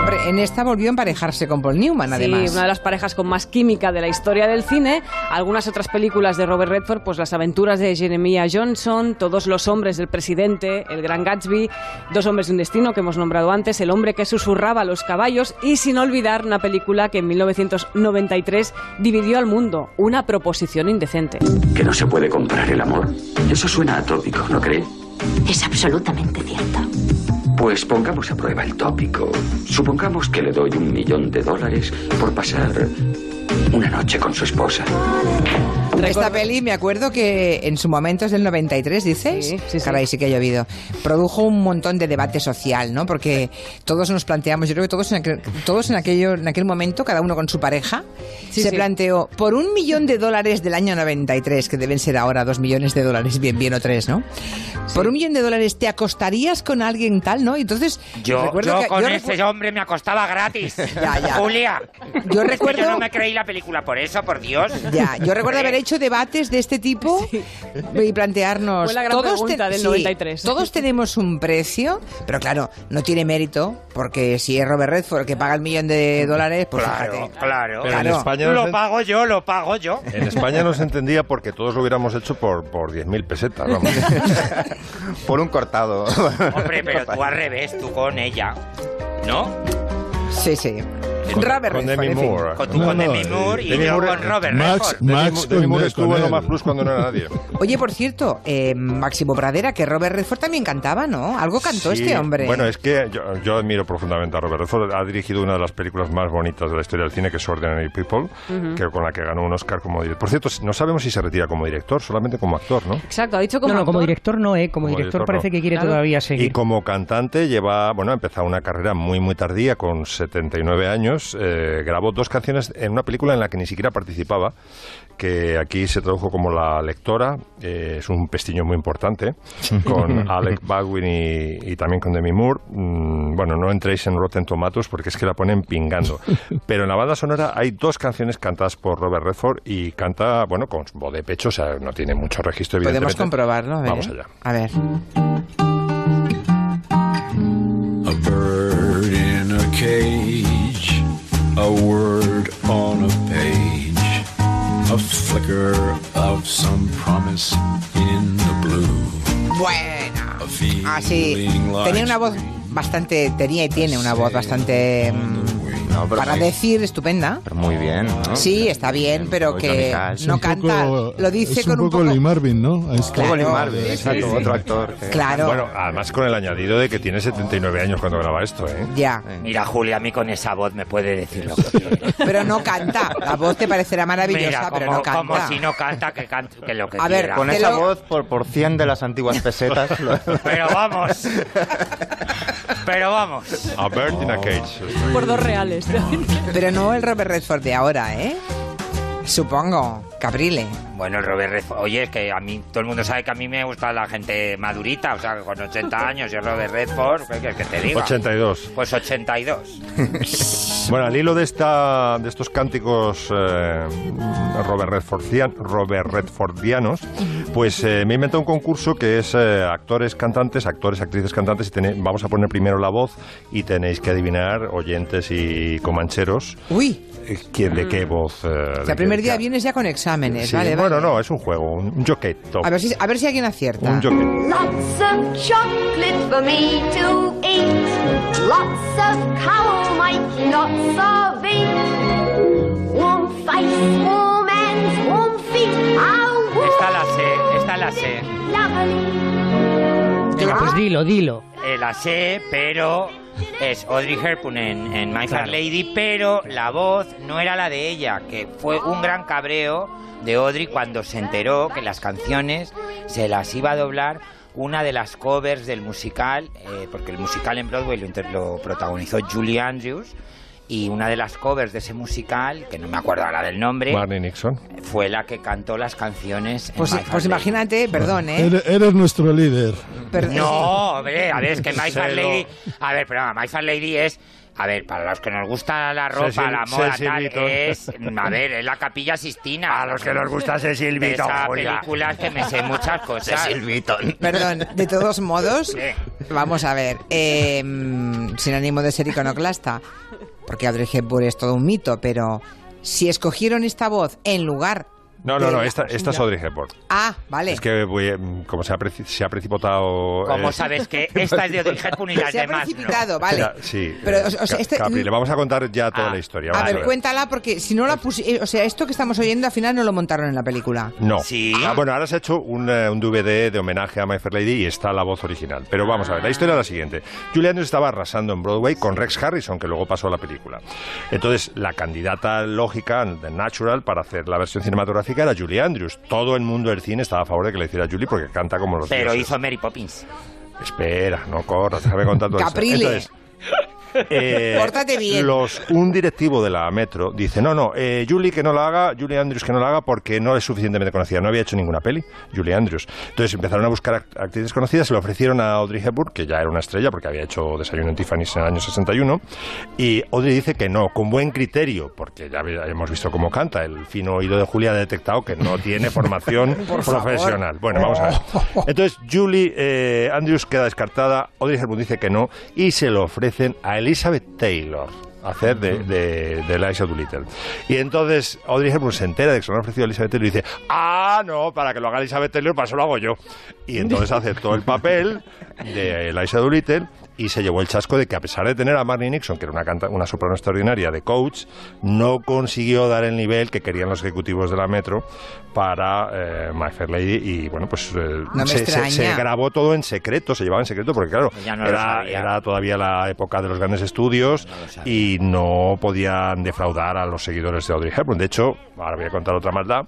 Speaker 1: Hombre, en esta volvió a emparejarse con Paul Newman, además.
Speaker 3: Sí, una de las parejas con más química de la historia del cine. Algunas otras películas de Robert Redford, pues Las aventuras de Jeremiah Johnson, Todos los hombres del presidente, El gran Gatsby, Dos hombres de un destino que hemos nombrado antes, El hombre que susurraba a los caballos y sin olvidar una película que en 1993 dividió al mundo, Una proposición indecente.
Speaker 8: ¿Que no se puede comprar el amor? Eso suena atópico, ¿no cree?
Speaker 9: Es absolutamente cierto.
Speaker 8: Pues pongamos a prueba el tópico. Supongamos que le doy un millón de dólares por pasar una noche con su esposa.
Speaker 1: Esta peli, me acuerdo que en su momento es del 93, dices.
Speaker 3: Sí, sí, sí.
Speaker 1: Caray, sí que ha llovido. Produjo un montón de debate social, ¿no? Porque todos nos planteamos, yo creo que todos en aquel, todos en aquello, en aquel momento, cada uno con su pareja,
Speaker 3: Sí,
Speaker 1: se
Speaker 3: sí.
Speaker 1: planteó por un millón de dólares del año 93, que deben ser ahora dos millones de dólares, bien, bien o tres, ¿no? Por un millón de dólares, ¿te acostarías con alguien tal, no? Y entonces,
Speaker 5: Yo,
Speaker 1: recuerdo
Speaker 5: yo
Speaker 1: que-
Speaker 5: con
Speaker 1: yo recu-
Speaker 5: ese hombre me acostaba gratis.
Speaker 1: Ya, ya.
Speaker 5: Julia.
Speaker 1: Yo
Speaker 5: Es que
Speaker 1: recuerdo-
Speaker 5: Yo no me creí la película por eso, por Dios.
Speaker 1: Ya, yo
Speaker 5: Hombre,
Speaker 1: recuerdo haber hecho debates de este tipo y plantearnos.
Speaker 3: Fue la gran pregunta del 93.
Speaker 1: Todos tenemos un precio, pero claro, no tiene mérito, porque si es Robert Redford el que paga el millón de dólares, pues
Speaker 5: Claro,
Speaker 1: fíjate.
Speaker 5: claro.
Speaker 7: Pero en ¿eh?
Speaker 1: Claro.
Speaker 7: España no
Speaker 5: Lo
Speaker 7: se-
Speaker 5: pago yo, lo pago yo.
Speaker 7: En España no se entendía porque todos lo hubiéramos hecho por, por 10.000 pesetas, vamos.
Speaker 4: Por un cortado.
Speaker 5: Hombre, pero tú al revés, tú con ella. ¿No?
Speaker 1: Sí, sí.
Speaker 7: Con-
Speaker 1: Robert
Speaker 7: con
Speaker 1: Redford,
Speaker 7: Demi
Speaker 1: en fin.
Speaker 7: Moore.
Speaker 5: Con tu
Speaker 6: No,
Speaker 5: con
Speaker 6: no,
Speaker 5: Demi Moore y
Speaker 7: eh, Demi
Speaker 5: yo
Speaker 7: Moore-
Speaker 5: con Robert
Speaker 6: Max-
Speaker 5: Redford.
Speaker 6: Max
Speaker 7: Demi, Demi Moore
Speaker 6: con-
Speaker 7: estuvo
Speaker 6: con
Speaker 7: en
Speaker 6: él.
Speaker 7: Omar Plus cuando no era nadie.
Speaker 1: Oye, por cierto, eh, Máximo Pradera, que Robert Redford también cantaba, ¿no? Algo cantó
Speaker 7: Sí,
Speaker 1: este hombre.
Speaker 7: Bueno, es que yo, yo admiro profundamente a Robert Redford. Ha dirigido una de las películas más bonitas de la historia del cine, que es Ordinary People, que con la que ganó un Oscar como director. Por cierto, no sabemos si se retira como director, solamente como actor, ¿no?
Speaker 3: Exacto, ha dicho
Speaker 2: No,
Speaker 3: como,
Speaker 2: no, como
Speaker 3: actor.
Speaker 2: director no, ¿eh? Como,
Speaker 7: Como
Speaker 2: director,
Speaker 7: director
Speaker 2: parece
Speaker 7: no.
Speaker 2: que quiere
Speaker 3: Claro.
Speaker 2: todavía
Speaker 7: Y
Speaker 2: seguir.
Speaker 7: como cantante lleva, bueno, ha empezado una carrera muy, muy tardía, con 79 años. Eh, grabó dos canciones en una película en la que ni siquiera participaba, que aquí se tradujo como La Lectora. eh, es un pestiño muy importante, con Alec Baldwin y, y también con Demi Moore. Mm, bueno, no entréis en Rotten Tomatoes porque es que la ponen pingando. Pero en la banda sonora hay dos canciones cantadas por Robert Redford y canta, bueno, con voz de pecho, o sea, no tiene mucho registro,
Speaker 1: Podemos
Speaker 7: evidentemente.
Speaker 1: comprobarlo, a ver.
Speaker 7: Vamos
Speaker 1: ¿eh?
Speaker 7: allá.
Speaker 1: A ver.
Speaker 10: A bird in a cage, a word on a page, a flicker of some promise in the blue.
Speaker 1: Bueno.
Speaker 10: A feeling
Speaker 1: Así. Ah, Tenía una voz bastante. Tenía y tiene una voz bastante. mm,
Speaker 4: No, pero
Speaker 1: para
Speaker 4: muy-
Speaker 1: decir, estupenda.
Speaker 4: Pero muy bien, ¿no?
Speaker 1: Sí, está bien, pero
Speaker 4: Muy
Speaker 1: que
Speaker 4: Tony Cash.
Speaker 1: no
Speaker 6: Un poco-
Speaker 1: canta. Lo dice
Speaker 6: es
Speaker 1: con un poco.
Speaker 6: Lee Marvin, ¿no? A esto.
Speaker 1: Claro.
Speaker 4: Colin Marvel,
Speaker 1: Sí,
Speaker 4: exacto,
Speaker 1: sí, sí.
Speaker 4: otro actor. que-
Speaker 1: Claro.
Speaker 7: Bueno, además con el añadido de que tiene 79 años cuando graba esto, ¿eh?
Speaker 1: Ya.
Speaker 5: Mira, Julia, a mí con esa voz me puede decir lo que quiera.
Speaker 1: Pero no canta. La voz te parecerá maravillosa,
Speaker 5: Mira, como,
Speaker 1: pero no canta.
Speaker 5: como si no canta, que cante que lo que
Speaker 1: A ver,
Speaker 5: quiera.
Speaker 4: Con
Speaker 1: Te
Speaker 4: esa
Speaker 1: lo-
Speaker 4: voz por, por 100 de las antiguas pesetas. lo-
Speaker 5: Pero vamos. Pero vamos.
Speaker 7: A Bird in a Cage.
Speaker 3: Por dos reales.
Speaker 1: Pero no el Robert Redford de ahora, ¿eh? Supongo. Caprile.
Speaker 5: Bueno, el Robert Redford. Oye, es que a mí, todo el mundo sabe que a mí me gusta la gente madurita, o sea, con 80 años y el Robert Redford, ¿qué quieres que te diga?
Speaker 7: 82.
Speaker 5: Pues 82.
Speaker 7: Bueno, al hilo de esta de estos cánticos eh, Robert, Redfordian- Robert Redfordianos, pues eh, me he inventado un concurso que es eh, actores, cantantes, actores, actrices, cantantes. Y tené- vamos a poner primero la voz y tenéis que adivinar, oyentes y comancheros,
Speaker 1: Uy.
Speaker 7: eh, quién de qué voz. eh,
Speaker 1: Mm. O
Speaker 7: de
Speaker 1: sea, primer
Speaker 7: qué-
Speaker 1: día vienes ya con exámenes,
Speaker 7: Sí,
Speaker 1: vale, vale.
Speaker 7: Bueno, no, es un juego, un un joqueto.
Speaker 1: A ver si, a ver si alguien acierta.
Speaker 7: Un joqueto.
Speaker 9: Lots of chocolate for me to eat. Lots of cowmite, lots of it. Warm face, warm hands, warm feet. I'll
Speaker 5: Esta la sé, esta la sé.
Speaker 9: lovely.
Speaker 2: Venga, pues dilo, dilo.
Speaker 5: Eh, la sé, pero es Audrey Hepburn en, en My Fair Lady, pero la voz no era la de ella, que fue un gran cabreo de Audrey cuando se enteró que las canciones se las iba a doblar una de las covers del musical, eh, porque el musical en Broadway lo, inter- lo protagonizó Julie Andrews, y una de las covers de ese musical, que no me acuerdo ahora del nombre,
Speaker 7: Barney Nixon.
Speaker 5: fue la que cantó las canciones en
Speaker 1: Pues,
Speaker 5: My Fair
Speaker 1: pues
Speaker 5: Lady.
Speaker 1: imagínate, perdón, ¿eh?
Speaker 6: Eres, eres nuestro líder.
Speaker 1: Per-
Speaker 5: No, hombre, a ver, es que My Fair
Speaker 7: Se
Speaker 5: Lady. A ver, pero My Fair Lady es. A ver, para los que nos gusta la ropa,
Speaker 7: Cecil-
Speaker 5: la moda, tal,
Speaker 7: Cecil Beaton.
Speaker 5: es. A ver, es la capilla Sistina.
Speaker 7: A los que nos gusta Cecil
Speaker 5: De
Speaker 7: Beaton,
Speaker 5: Esa
Speaker 7: Julia.
Speaker 5: película que me sé muchas cosas.
Speaker 1: Perdón, de todos modos,
Speaker 5: ¿Qué?
Speaker 1: vamos a ver, eh, mm, sin ánimo de ser iconoclasta, porque Audrey Hepburn es todo un mito, pero si escogieron esta voz en lugar
Speaker 7: No, no,
Speaker 1: de
Speaker 7: no,
Speaker 1: la
Speaker 7: esta, esta es
Speaker 1: suya-
Speaker 7: Audrey Hepburn.
Speaker 1: Ah, vale.
Speaker 7: Es que, voy, eh, como se ha, preci- se ha precipitado...
Speaker 5: Como
Speaker 7: eh,
Speaker 5: sabes que esta es de Audrey Hepburn y las
Speaker 1: se ha
Speaker 5: demás. no?
Speaker 1: precipitado, vale.
Speaker 7: espera, sí,
Speaker 1: Pero,
Speaker 7: eh,
Speaker 1: o- o sea,
Speaker 7: Ca-
Speaker 1: este-
Speaker 7: Capri, le vamos a Pues- contar ya toda
Speaker 5: Ah,
Speaker 7: la historia.
Speaker 1: a
Speaker 7: vamos
Speaker 1: ver, cuéntala, porque si no la puse, eh, o sea, esto que estamos oyendo al final no lo montaron en la película.
Speaker 7: No.
Speaker 5: Sí.
Speaker 7: Ah, bueno, ahora se ha hecho un, eh, un DVD de homenaje a My Fair Lady y está la voz original. Pero vamos a ver, la historia es la siguiente. Julie Andrews estaba arrasando en Broadway con Rex Harrison, que luego pasó a la película. Entonces, la candidata lógica de Natural para hacer la versión cinematográfica era Julie Andrews. Todo el mundo del cine estaba a favor de que la hiciera Julie porque canta como los
Speaker 5: Pero
Speaker 7: dioses.
Speaker 5: hizo Mary Poppins.
Speaker 7: Espera, no corras, déjame contar todo esto.
Speaker 1: Caprile.
Speaker 7: Entonces, eh,
Speaker 1: Pórtate bien.
Speaker 7: Los, un directivo de la Metro dice, no, no, eh, Julie que no la haga, Julie Andrews que no la haga porque no es suficientemente conocida, no había hecho ninguna peli, Julie Andrews. Entonces empezaron a buscar act- actrices conocidas, se lo ofrecieron a Audrey Hepburn, que ya era una estrella porque había hecho Desayuno en Tiffany's en el año 61, y Audrey dice que no, con buen criterio, porque ya ve- hemos visto cómo canta, el fino oído de Julia ha detectado que no tiene formación profesional. Bueno, vamos a ver. Entonces, Julie eh, Andrews queda descartada, Audrey Hepburn dice que no, y se lo ofrecen a Elizabeth Taylor hacer de, de, de Eliza Doolittle. Y entonces Audrey Hepburn se entera de que se lo han ofrecido a Elizabeth Taylor y dice, ah, no, para que lo haga Elizabeth Taylor, para eso lo hago yo. Y entonces aceptó el papel de Eliza Doolittle y se llevó el chasco de que a pesar de tener a Marnie Nixon, que era una, canta- una soprano extraordinaria de coach, no consiguió dar el nivel que querían los ejecutivos de la Metro para eh, My Fair Lady y bueno, pues eh,
Speaker 1: me
Speaker 7: se, se- se
Speaker 1: extraña.
Speaker 7: grabó todo en secreto, se llevaba en secreto porque claro,
Speaker 5: Pues Ya no lo
Speaker 7: era,
Speaker 5: sabía.
Speaker 7: era todavía la época de los grandes estudios y no podían defraudar a los seguidores de Audrey Hepburn. De hecho, ahora voy a contar otra maldad.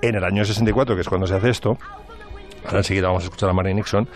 Speaker 7: En el año 64, que es cuando se hace esto, Ahora enseguida vamos a escuchar a Mary Nixon.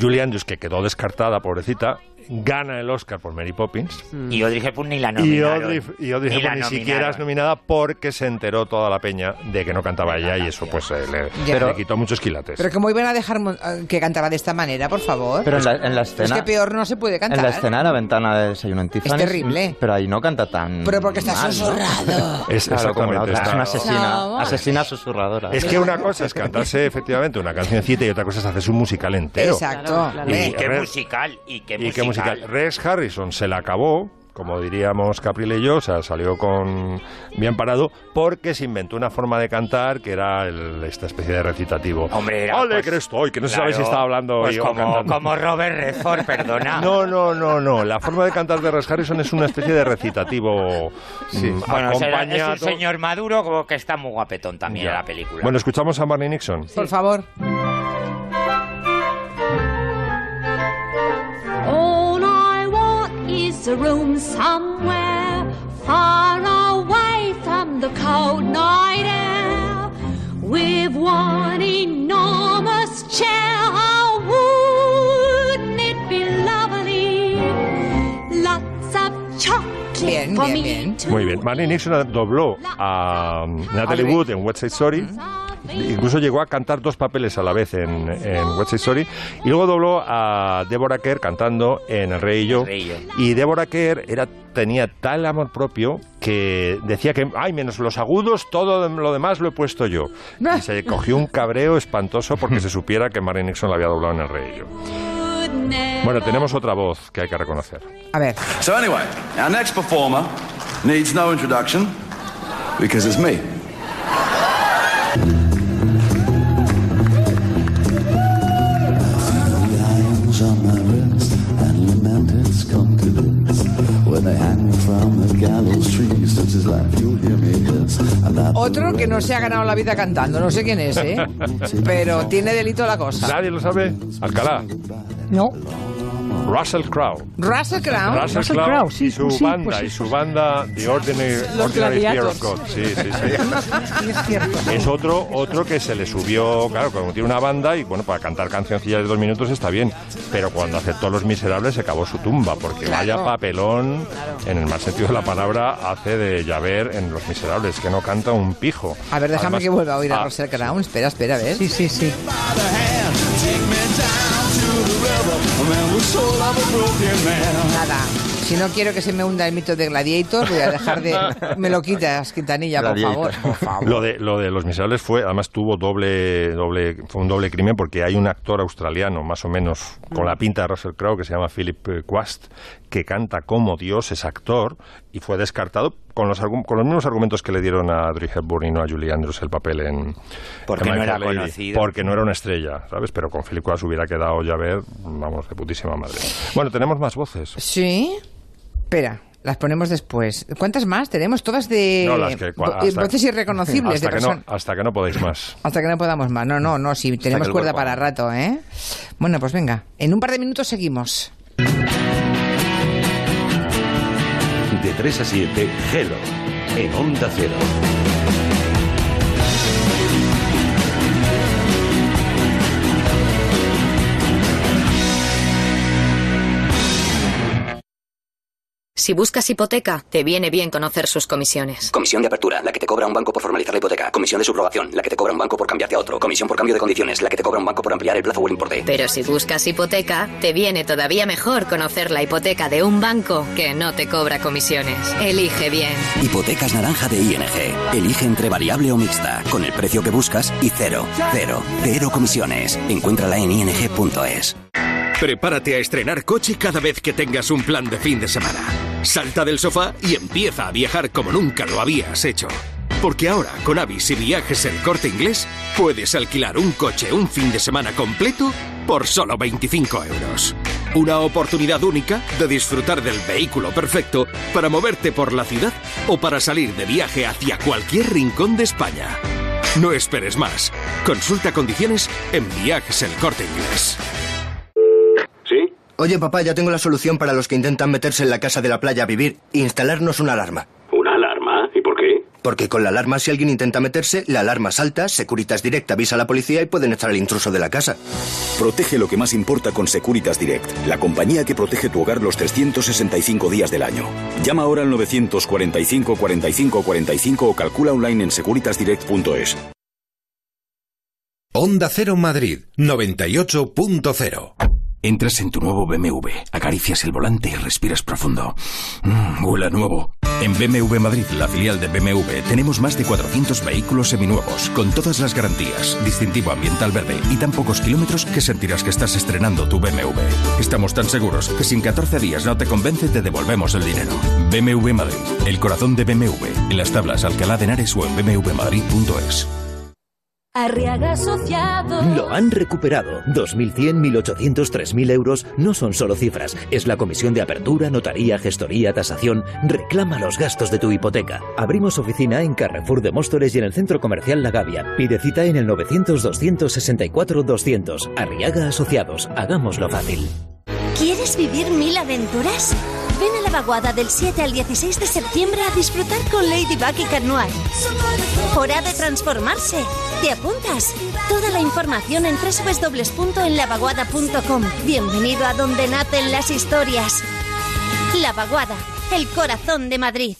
Speaker 7: Julie Andrews, que quedó descartada, pobrecita, gana el Oscar por Mary Poppins.
Speaker 5: Y Audrey Hepburn ni la
Speaker 7: Mm. Y
Speaker 5: nominaron.
Speaker 7: Audrey, y Audrey
Speaker 5: Ni la
Speaker 7: Hepburn ni siquiera
Speaker 5: nominaron.
Speaker 7: es nominada porque se enteró toda la peña de que no cantaba ella y eso pues eh, le,
Speaker 1: Pero-
Speaker 7: le quitó muchos quilates.
Speaker 1: Pero como iban a dejar mon- eh, que cantara de esta manera, por favor.
Speaker 9: Pero en la, en la
Speaker 1: es
Speaker 9: escena.
Speaker 1: que peor no se puede
Speaker 9: en
Speaker 1: cantar.
Speaker 9: la escena de la ventana de desayuno en Tiffany's,
Speaker 1: terrible.
Speaker 9: Pero ahí no canta tan.
Speaker 1: Pero porque está
Speaker 9: mal, ¿no?
Speaker 1: susurrado.
Speaker 7: es,
Speaker 9: Claro, como la
Speaker 7: exactamente,
Speaker 9: otra. Es
Speaker 7: está-
Speaker 9: una asesina,
Speaker 1: No.
Speaker 9: asesina susurradora.
Speaker 7: Es que una cosa es cantarse efectivamente una cancioncita y otra cosa es hacerse un musical entero.
Speaker 1: Exacto.
Speaker 11: Claro, claro.
Speaker 1: Ve.
Speaker 5: Y qué musical, y qué
Speaker 7: Y
Speaker 5: musical.
Speaker 7: qué musical. Rex Harrison se la acabó, como diríamos Caprile y yo, o sea, salió con bien parado, porque se inventó una forma de cantar que era el- esta especie de recitativo.
Speaker 5: Hombre, era,
Speaker 7: ¡Ole,
Speaker 5: pues,
Speaker 7: que estoy! Que no se sabe si
Speaker 5: claro,
Speaker 7: estaba hablando
Speaker 5: pues
Speaker 7: yo o
Speaker 5: como,
Speaker 7: cantando.
Speaker 5: como Robert Redford, perdona.
Speaker 7: No, no, no, no. La forma de cantar de Rex Harrison es una especie de recitativo mm,
Speaker 5: Bueno, será- es
Speaker 7: acompañado-
Speaker 5: un señor maduro como que está muy guapetón también
Speaker 7: Ya.
Speaker 5: en la película.
Speaker 7: Bueno, escuchamos a Barney Nixon.
Speaker 1: Por favor.
Speaker 12: All I want is a room somewhere far away from the cold night air with one enormous chair. Oh, wouldn't it be lovely? Lots of chocolate
Speaker 1: Bien,
Speaker 12: for
Speaker 1: bien,
Speaker 12: me
Speaker 1: bien.
Speaker 12: to
Speaker 7: Muy bien. Marlene Nixon dobló a um, Natalie
Speaker 1: Audrey.
Speaker 7: Wood en West Side Story. Incluso llegó a cantar dos papeles a la vez en, en West Side Story. Y luego dobló a Deborah Kerr cantando en El Rey y yo.
Speaker 5: El Rey y yo.
Speaker 7: Y Deborah Kerr era, tenía tal amor propio que decía que, ay, menos los agudos, todo lo demás lo he puesto yo. Y se cogió un cabreo espantoso porque se supiera que Marlene Nixon la había doblado en El Rey y yo. Bueno, tenemos otra voz que hay que reconocer.
Speaker 1: A ver.
Speaker 13: So anyway, our next performer needs no introduction because it's me.
Speaker 1: Otro que no se ha ganado la vida cantando. No sé quién es, ¿eh? Pero tiene delito la cosa.
Speaker 7: Nadie lo sabe. Alcalá.
Speaker 14: No,
Speaker 7: Russell Crowe.
Speaker 1: Russell Crowe.
Speaker 7: Russell
Speaker 14: Russell
Speaker 7: Crowe,
Speaker 14: Crowe, sí,
Speaker 7: y su
Speaker 14: sí,
Speaker 7: banda
Speaker 14: pues sí.
Speaker 7: y su banda The Ordinary,
Speaker 11: Los
Speaker 7: Ordinary Fear
Speaker 11: Gladiators.
Speaker 7: of God. Sí, sí, sí. es otro otro que se le subió, claro, cuando tiene una banda y bueno, para cantar cancioncillas de dos minutos está bien, pero cuando aceptó Los Miserables se acabó su tumba porque vaya papelón, en el mal sentido de la palabra, hace de Javert en Los Miserables, que no canta un pijo.
Speaker 1: A ver, déjame
Speaker 7: Además-
Speaker 1: que vuelva a oír a
Speaker 7: Ah,
Speaker 1: Russell Crowe. Espera, espera, ¿ves?
Speaker 14: sí, sí, sí.
Speaker 1: Nada. Si no quiero que se me hunda el mito de Gladiator, voy a dejar de... Me lo quitas, Quintanilla, por
Speaker 9: Gladiator.
Speaker 1: favor. Por favor.
Speaker 7: Lo de, lo de los miserables fue, además tuvo doble, doble, fue un doble crimen porque hay un actor australiano, más o menos, con
Speaker 5: Mm.
Speaker 7: la pinta de Russell Crowe, que se llama Philip eh, Quast, que canta como Dios, es actor, y fue descartado con los, argu- con los mismos argumentos que le dieron a Audrey Hepburn y no a Julie Andrews el papel en...
Speaker 5: Porque
Speaker 7: en
Speaker 5: no
Speaker 7: My
Speaker 5: era
Speaker 7: Fair Lady,
Speaker 5: conocido.
Speaker 7: Porque no era una estrella, ¿sabes? Pero con Philip Quast hubiera quedado ya ver, vamos, de putísima madre. Bueno, tenemos más voces.
Speaker 1: Sí. Espera, las ponemos después. ¿Cuántas más tenemos? Todas de
Speaker 7: No, las que- cua-
Speaker 1: de
Speaker 7: hasta-
Speaker 1: voces irreconocibles de
Speaker 7: Hasta que, no,
Speaker 1: persona-
Speaker 7: hasta que no podéis más.
Speaker 1: Hasta que no podamos más. No, no, no, si tenemos
Speaker 9: el
Speaker 1: cuerda
Speaker 9: cuerpo.
Speaker 1: para rato, ¿eh? Bueno, pues venga, en un par de minutos seguimos.
Speaker 15: De 3 a 7, Hello, en Onda Cero.
Speaker 16: Si buscas hipoteca, te viene bien conocer sus comisiones.
Speaker 17: Comisión de apertura, la que te cobra un banco por formalizar la hipoteca. Comisión de subrogación, la que te cobra un banco por cambiarte a otro. Comisión por cambio de condiciones, la que te cobra un banco por ampliar el plazo o el importe.
Speaker 16: Pero si buscas hipoteca, te viene todavía mejor conocer la hipoteca de un banco que no te cobra comisiones. Elige bien.
Speaker 15: Hipotecas naranja de ING. Elige entre variable o mixta, con el precio que buscas y cero, cero, cero comisiones. Encuéntrala en ing.es. Prepárate a estrenar coche cada vez que tengas un plan de fin de semana. Salta del sofá y empieza a viajar como nunca lo habías hecho. Porque ahora, con Avis y Viajes El Corte Inglés, puedes alquilar un coche un fin de semana completo por solo 25 euros.
Speaker 18: Una oportunidad única de disfrutar del vehículo perfecto para moverte por la ciudad o para salir de viaje hacia cualquier rincón de España. No esperes más. Consulta condiciones en Viajes El Corte Inglés.
Speaker 19: ¿Sí? Oye, papá, ya tengo la solución para los que intentan meterse en la casa de la playa a vivir. e Instalarnos una alarma.
Speaker 20: ¿Una alarma? ¿Y por qué?
Speaker 19: Porque con la alarma, si alguien intenta meterse, la alarma salta, Securitas Direct avisa a la policía y pueden echar al intruso de la casa.
Speaker 15: Protege lo que más importa con Securitas Direct, la compañía que protege tu hogar los 365 días del año. Llama ahora al 945 45 45 o calcula online en securitasdirect.es.
Speaker 21: Onda Cero Madrid 98.0
Speaker 22: Entras en tu nuevo BMW, acaricias el volante y respiras profundo. Mm, huele a nuevo.
Speaker 15: En BMW Madrid, la filial de BMW, tenemos más de 400 vehículos seminuevos, con todas las garantías, distintivo ambiental verde y tan pocos kilómetros que sentirás que estás estrenando tu BMW. Estamos tan seguros que si en 14 días no te convence, te devolvemos el dinero. BMW Madrid, el corazón de BMW, en las tablas Alcalá de Henares o en bmwmadrid.es.
Speaker 23: Arriaga Asociados.
Speaker 24: Lo han recuperado. 2.100, 1.800, 3.000 euros no son solo cifras. Es la comisión de apertura, notaría, gestoría, tasación. Reclama los gastos de tu hipoteca. Abrimos oficina en Carrefour de Móstoles y en el Centro Comercial La Gavia. Pide cita en el 900-264-200. Arriaga Asociados. Hagámoslo fácil.
Speaker 25: ¿Quieres vivir mil aventuras? Ven a la vaguada del 7 al 16 de septiembre a disfrutar con Ladybug y Cat Noir. Hora de transformarse. ¿Te apuntas? Toda la información en www.enlavaguada.com. Bienvenido a donde nacen las historias. La vaguada, el corazón de Madrid.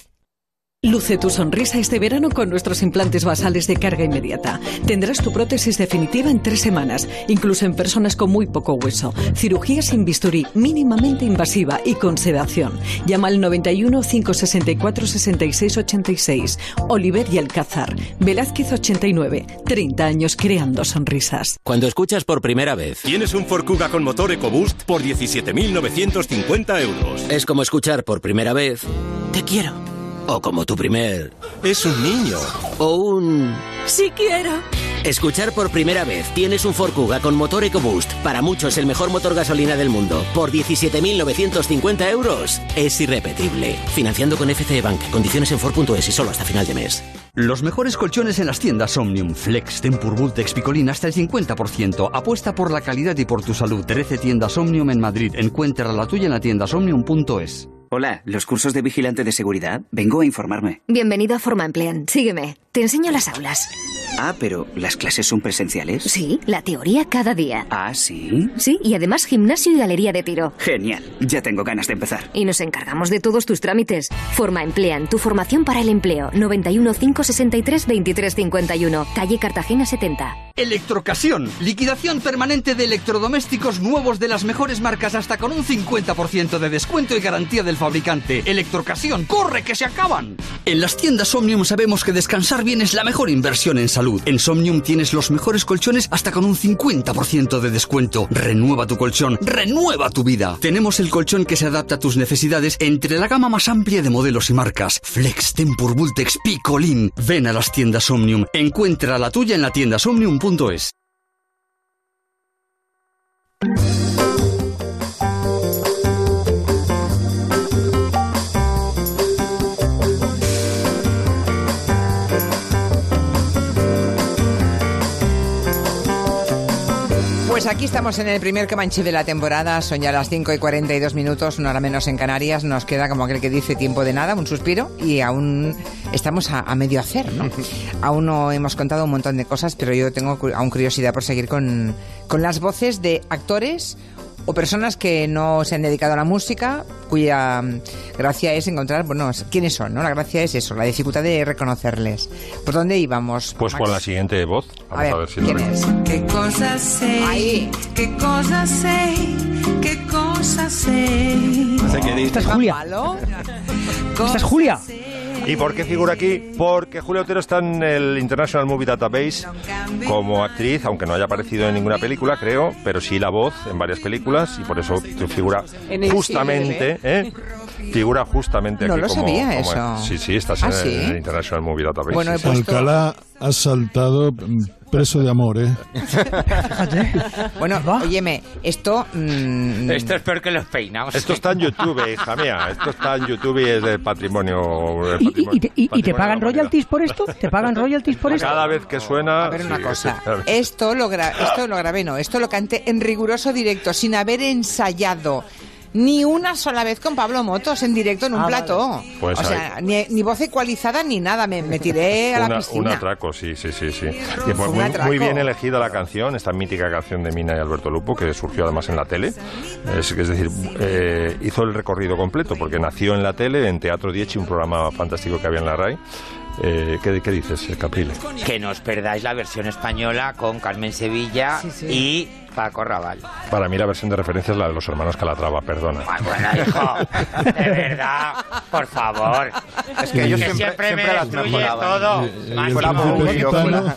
Speaker 26: Luce tu sonrisa este verano con nuestros implantes basales de carga inmediata. Tendrás tu prótesis definitiva en tres semanas, incluso en personas con muy poco hueso. Cirugía sin bisturí, mínimamente invasiva y con sedación. Llama al 91 564 66 86. Oliver y Alcázar. Velázquez 89. 30 años creando sonrisas.
Speaker 27: Cuando escuchas por primera vez.
Speaker 28: Tienes un Ford Kuga con motor EcoBoost por 17.950 euros.
Speaker 27: Es como escuchar por primera vez.
Speaker 28: Te quiero.
Speaker 27: O como tu primer.
Speaker 28: Es un niño.
Speaker 27: O un.
Speaker 29: Si quiero.
Speaker 27: Escuchar por primera vez. Tienes un Ford Kuga con motor EcoBoost. Para muchos el mejor motor gasolina del mundo. Por 17.950 euros. Es irrepetible. Financiando con FCE Bank. Condiciones en Ford.es y solo hasta final de mes.
Speaker 14: Los mejores colchones en las tiendas Omnium, Flex, Tempur, Vultex, Picolín hasta el 50%. Apuesta por la calidad y por tu salud. 13 tiendas Omnium en Madrid. Encuentra la tuya en la tiendasomnium.es.
Speaker 30: Hola, los cursos de vigilante de seguridad. Vengo a informarme.
Speaker 31: Bienvenido a Forma Emplean. Sígueme. Te enseño las aulas.
Speaker 30: Ah, pero ¿las clases son presenciales?
Speaker 31: Sí, la teoría cada día.
Speaker 30: Ah, sí.
Speaker 31: Sí, y además gimnasio y galería de tiro.
Speaker 30: Genial, ya tengo ganas de empezar.
Speaker 31: Y nos encargamos de todos tus trámites. Forma Emplean, tu formación para el empleo. 91 563 23 51, calle Cartagena 70.
Speaker 14: Electrocasión. Liquidación permanente de electrodomésticos nuevos de las mejores marcas hasta con un 50% de descuento y garantía del fabricante. Electrocasión, corre que se acaban. En las tiendas Omnium sabemos que descansar bien es la mejor inversión en salud. En Somnium tienes los mejores colchones hasta con un 50% de descuento. Renueva tu colchón, renueva tu vida. Tenemos el colchón que se adapta a tus necesidades entre la gama más amplia de modelos y marcas. Flex, Tempur, Vultex, Picolín. Ven a las tiendas Omnium. Encuentra la tuya en la tienda somnium.es.
Speaker 1: Pues aquí estamos en el primer Comanche de la temporada, son ya las 5 y 42 minutos, una hora menos en Canarias, nos queda como aquel que dice tiempo de nada, un suspiro, y aún estamos a, a medio hacer, ¿no? aún no hemos contado un montón de cosas, pero yo tengo cu- aún curiosidad por seguir con, con las voces de actores o personas que no se han dedicado a la música, cuya mm, gracia es encontrar, bueno, es- quiénes son, ¿no? La gracia es eso, la dificultad de reconocerles. ¿Por dónde íbamos?
Speaker 7: Pues
Speaker 1: Max?
Speaker 7: con la siguiente voz. Vamos
Speaker 1: A ver, ¿quién
Speaker 7: recuerdo.
Speaker 1: es?
Speaker 32: ¿Qué cosa sé? ¿Qué cosa sé? ¿Qué cosa sé?
Speaker 7: Esta es
Speaker 2: Julia.
Speaker 32: Esta
Speaker 2: es Julia.
Speaker 7: ¿Y por qué figura aquí? Porque Julia Otero está en el International Movie Database como actriz, aunque no haya aparecido en ninguna película, creo, pero sí la voz en varias películas y por eso figura
Speaker 1: En el
Speaker 7: justamente, ¿eh? Figura justamente
Speaker 1: No
Speaker 7: aquí
Speaker 1: lo
Speaker 7: como,
Speaker 1: sabía
Speaker 7: como-
Speaker 1: eso.
Speaker 7: Sí, sí, estás
Speaker 1: ¿Ah,
Speaker 7: en
Speaker 1: sí?
Speaker 7: el International Movie Database. sí, sí.
Speaker 6: Alcalá ha saltado mm, preso de amor, ¿eh?
Speaker 1: Bueno, óyeme, esto... mm,
Speaker 3: Esto es peor que los peinados.
Speaker 7: Esto está en YouTube, eh, hija mía. Esto está en YouTube y es del patrimonio. del
Speaker 2: ¿Y, y- y
Speaker 7: patrimonio-
Speaker 2: te, y- y te
Speaker 7: patrimonio
Speaker 2: pagan
Speaker 7: de la humanidad.
Speaker 2: royalties por esto? ¿Te pagan royalties por esto?
Speaker 7: Cada vez que suena.
Speaker 1: A ver una
Speaker 7: sí,
Speaker 1: cosa,
Speaker 7: sí,
Speaker 1: esto lo, gra- esto lo grabé, no, esto lo canté en riguroso directo, sin haber ensayado ni una sola vez con Pablo Motos en directo en un
Speaker 7: Ah, vale.
Speaker 1: plató.
Speaker 7: Pues
Speaker 1: o sea, ni, ni voz ecualizada ni nada, me, me tiré a la
Speaker 7: Una- un
Speaker 1: piscina.
Speaker 7: atraco, sí, sí, sí, sí. Y, pues,
Speaker 1: Un
Speaker 7: muy,
Speaker 1: atraco.
Speaker 7: muy bien elegida la canción, esta mítica canción de Mina y Alberto Lupo, que surgió además en la tele. Es, es decir, eh, hizo el recorrido completo, porque nació en la tele, en Teatro 10, un programa fantástico que había en la RAI. Eh, ¿qué, qué dices, eh, Caprile?
Speaker 3: Que no os perdáis la versión española con Carmen Sevilla y Paco Raval.
Speaker 7: Para mí la versión de referencia es la de los hermanos Calatrava, perdona.
Speaker 3: Pues Bueno, hijo, de verdad, por favor.
Speaker 7: Es que yo siempre-
Speaker 3: siempre,
Speaker 7: siempre
Speaker 3: me
Speaker 7: las
Speaker 3: destruyes
Speaker 7: mejoraba.
Speaker 3: todo.
Speaker 7: Y-
Speaker 6: Eh,
Speaker 7: y el
Speaker 3: Máximo.
Speaker 7: príncipe
Speaker 3: Yo con la-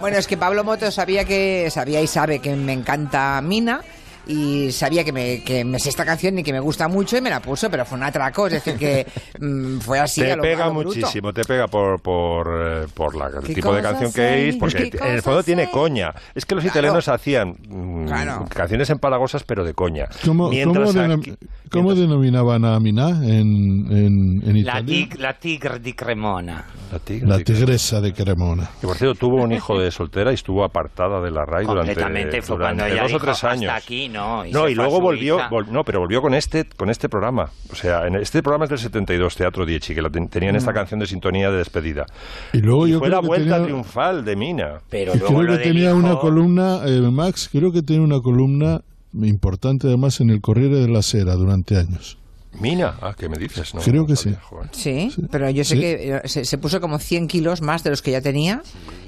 Speaker 1: Bueno, es que Pablo Motos sabía que sabía y sabe que me encanta Mina y sabía que me, que me sé esta canción y que me gusta mucho y me la puso, pero fue un atraco, es decir que mm, fue así
Speaker 7: te
Speaker 1: a lo- a
Speaker 7: pega
Speaker 1: lo bruto.
Speaker 7: muchísimo, te pega por, por, eh, por la, el
Speaker 1: ¿Qué
Speaker 7: tipo de
Speaker 1: cosas
Speaker 7: canción que es,
Speaker 1: hay?
Speaker 7: porque
Speaker 1: ¿Qué
Speaker 7: en el fondo
Speaker 1: cosas
Speaker 7: tiene
Speaker 1: hay?
Speaker 7: coña. Es que los
Speaker 1: Claro.
Speaker 7: italianos hacían mm,
Speaker 1: Claro.
Speaker 7: canciones empalagosas, pero de coña.
Speaker 6: ¿Cómo,
Speaker 7: Mientras
Speaker 6: cómo denom-
Speaker 7: aquí-
Speaker 6: cómo denominaban a Mina en, en, en
Speaker 3: La,
Speaker 6: Italia?
Speaker 3: tig- la tigre di Cremona.
Speaker 7: La tigre.
Speaker 6: La tigresa de Cremona.
Speaker 7: Que por cierto, tuvo un hijo de soltera y estuvo apartada de la RAI durante,
Speaker 3: Completamente, fue
Speaker 7: durante
Speaker 3: cuando ella
Speaker 7: dos o
Speaker 3: dijo,
Speaker 7: tres
Speaker 3: "Hasta
Speaker 7: años.
Speaker 3: aquí", ¿no? Y se
Speaker 7: no, y
Speaker 3: fue a
Speaker 7: luego
Speaker 3: su
Speaker 7: volvió,
Speaker 3: hija.
Speaker 7: vol- no, pero volvió con este, con este programa. O sea, en este programa es del 72, Teatro Dieci, que la ten- tenían esta
Speaker 6: Mm.
Speaker 7: canción de sintonía de despedida.
Speaker 6: Y luego yo
Speaker 7: Fue
Speaker 6: creo
Speaker 7: la
Speaker 6: que
Speaker 7: vuelta
Speaker 6: tenía-
Speaker 7: triunfal de Mina. Pero
Speaker 6: Y creo que tenía una columna, eh, Max, creo que tenía una columna importante además en el Corriere de la Sera durante años.
Speaker 7: Mina, ah, ¿qué me dices? No,
Speaker 6: creo que sí.
Speaker 1: Sí, pero yo sé
Speaker 6: Sí.
Speaker 1: que eh, se, se puso como 100 kilos más de los que ya tenía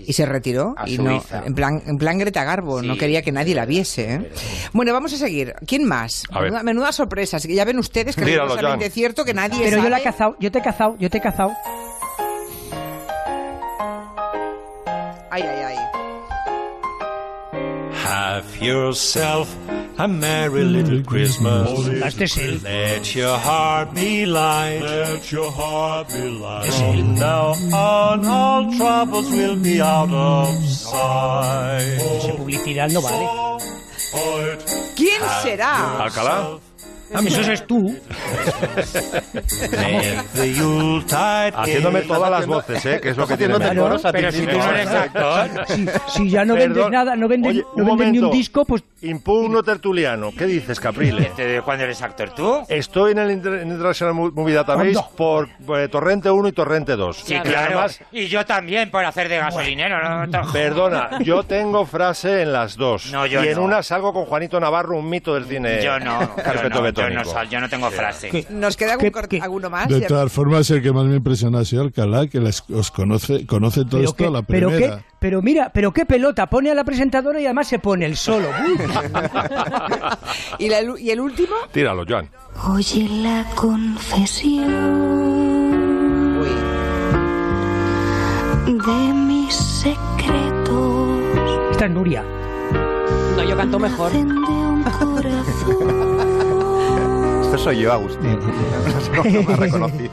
Speaker 1: y se retiró.
Speaker 3: A
Speaker 1: y no,
Speaker 3: Suiza.
Speaker 1: en, plan, en plan Greta Garbo, no
Speaker 3: Sí,
Speaker 1: quería que nadie la viese. ¿eh? Bueno, vamos a seguir. ¿Quién más?
Speaker 3: A ver.
Speaker 1: Menuda, menuda sorpresa. Así que ya ven ustedes que
Speaker 3: Tíralo,
Speaker 1: es
Speaker 3: Jan.
Speaker 1: absolutamente cierto que nadie
Speaker 2: Pero yo la he
Speaker 1: sabe.
Speaker 2: cazado, yo te he cazado, yo te he cazado.
Speaker 1: Ay, ay, ay.
Speaker 4: Have yourself a merry little Christmas.
Speaker 6: Ah, este
Speaker 4: Let your heart be light. Let your heart be light. From now on, all troubles will be out of sight.
Speaker 2: publicidad no vale.
Speaker 1: ¿Quién
Speaker 3: Ah,
Speaker 1: será?
Speaker 7: Alcalá.
Speaker 2: Ah, pues Eso es tú.
Speaker 7: Haciéndome todas las voces, ¿eh? Que es lo que tiene
Speaker 2: Haciéndote
Speaker 7: mejor.
Speaker 2: coros a ti Pero si mismo. tú no eres actor. Si- si ya no vendes nada, no vendes-
Speaker 7: Oye,
Speaker 2: no vendes ni un disco, pues...
Speaker 7: Impugno tertuliano. ¿Qué dices, Caprile?
Speaker 3: ¿Cuándo Este eres actor tú?
Speaker 7: Estoy en el Inter- en International Mo- Movie Database
Speaker 3: ¿Cuándo?
Speaker 7: por eh, Torrente 1 y Torrente 2.
Speaker 3: Sí,
Speaker 7: Y
Speaker 3: claro.
Speaker 7: además,
Speaker 3: Y yo también por hacer de gasolinero. No, No, no.
Speaker 7: perdona, yo tengo frase en las dos.
Speaker 3: No, yo
Speaker 7: y en
Speaker 3: no.
Speaker 7: una salgo con Juanito Navarro, un mito del cine.
Speaker 3: Yo no, yo
Speaker 7: carpeto
Speaker 3: no, yo
Speaker 7: Eh, betónico.
Speaker 3: no, sal- yo no tengo frase.
Speaker 1: ¿Nos queda algún cort- alguno más?
Speaker 6: De
Speaker 1: Ya-
Speaker 6: todas formas, el que más me impresionó ha sido Alcalá, que las- os conoce, conoce todo
Speaker 2: Pero
Speaker 6: esto
Speaker 2: qué,
Speaker 6: a la
Speaker 2: pero qué,
Speaker 6: primera.
Speaker 2: pero mira, pero qué pelota, pone a la presentadora y además se pone el solo.
Speaker 1: ¿Y, la lu- y el último?
Speaker 7: Tíralo, Joan.
Speaker 23: Oye la confesión de mis secretos.
Speaker 2: Esta es Nuria.
Speaker 5: No, yo canto mejor.
Speaker 8: Esto soy yo, Agustín. No me ha reconocido.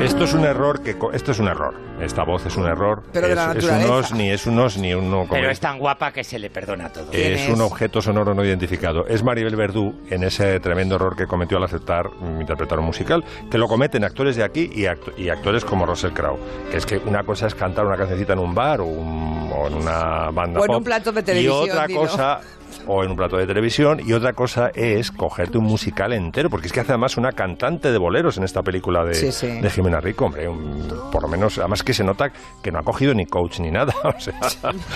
Speaker 7: Esto es un error que co- esto es un error. Esta voz es un error.
Speaker 3: Pero de
Speaker 7: es,
Speaker 3: la
Speaker 7: es un
Speaker 3: naturaleza.
Speaker 7: osni, es un osni, un no-
Speaker 3: Pero es tan guapa que se le perdona todo.
Speaker 7: Es un objeto sonoro no identificado. Es Maribel Verdú en ese tremendo error que cometió al aceptar mm, interpretar un musical, que lo cometen actores de aquí y, act- y actores como Russell Crowe. Que es que una cosa es cantar una cancioncita en un bar o, un- o en una banda
Speaker 1: O en
Speaker 7: pop,
Speaker 1: un plato de
Speaker 7: Y
Speaker 1: televisión,
Speaker 7: otra
Speaker 1: dilo.
Speaker 7: cosa o en un plato de televisión y otra cosa es cogerte un musical entero porque es que hace además una cantante de boleros en esta película de,
Speaker 1: Sí, sí.
Speaker 7: de Jimena Rico hombre un- por lo menos además que se nota que no ha cogido ni coach ni nada o sea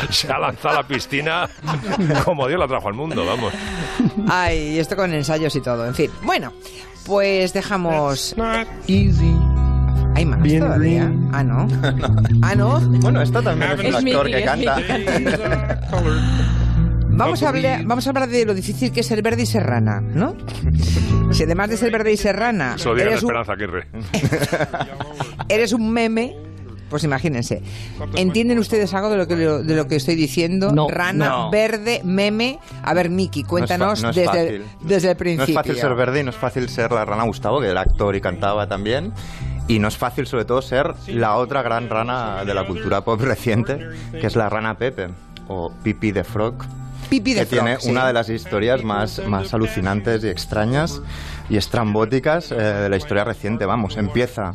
Speaker 7: se ha lanzado a la piscina como Dios la trajo al mundo vamos
Speaker 1: Ay, y esto con ensayos y todo. En fin, bueno, pues dejamos. Hay más todavía. Ah, no. Ah, no.
Speaker 8: Bueno, esta también es un
Speaker 1: Ah, Es
Speaker 8: actor
Speaker 1: Mickey,
Speaker 8: que
Speaker 1: es
Speaker 8: canta.
Speaker 1: Vamos a, hablar, vamos a hablar de lo difícil que es ser verde y serrana, ¿no? Si además de ser verde y serrana,
Speaker 7: Eso digan
Speaker 1: eres un,
Speaker 7: Esperanza Aguirre.
Speaker 1: eres un meme, pues imagínense. ¿Entienden ustedes algo de lo que, de lo que estoy diciendo?
Speaker 8: No.
Speaker 1: Rana,
Speaker 8: No.
Speaker 1: verde, meme. A ver, Miki, cuéntanos
Speaker 8: No es fa- no es
Speaker 1: desde,
Speaker 8: fácil.
Speaker 1: desde el
Speaker 8: No
Speaker 1: principio.
Speaker 8: es fácil ser verde y no es fácil ser la rana Gustavo, que era actor y cantaba también.
Speaker 9: Y no es fácil, sobre todo, ser la otra gran rana de la cultura pop reciente, que es la rana Pepe, o Pipi de Frog.
Speaker 1: Pipi de
Speaker 9: que
Speaker 1: Frog,
Speaker 9: tiene
Speaker 1: sí.
Speaker 9: una de las historias más, más alucinantes y extrañas y estrambóticas eh, de la historia reciente. Vamos, empieza.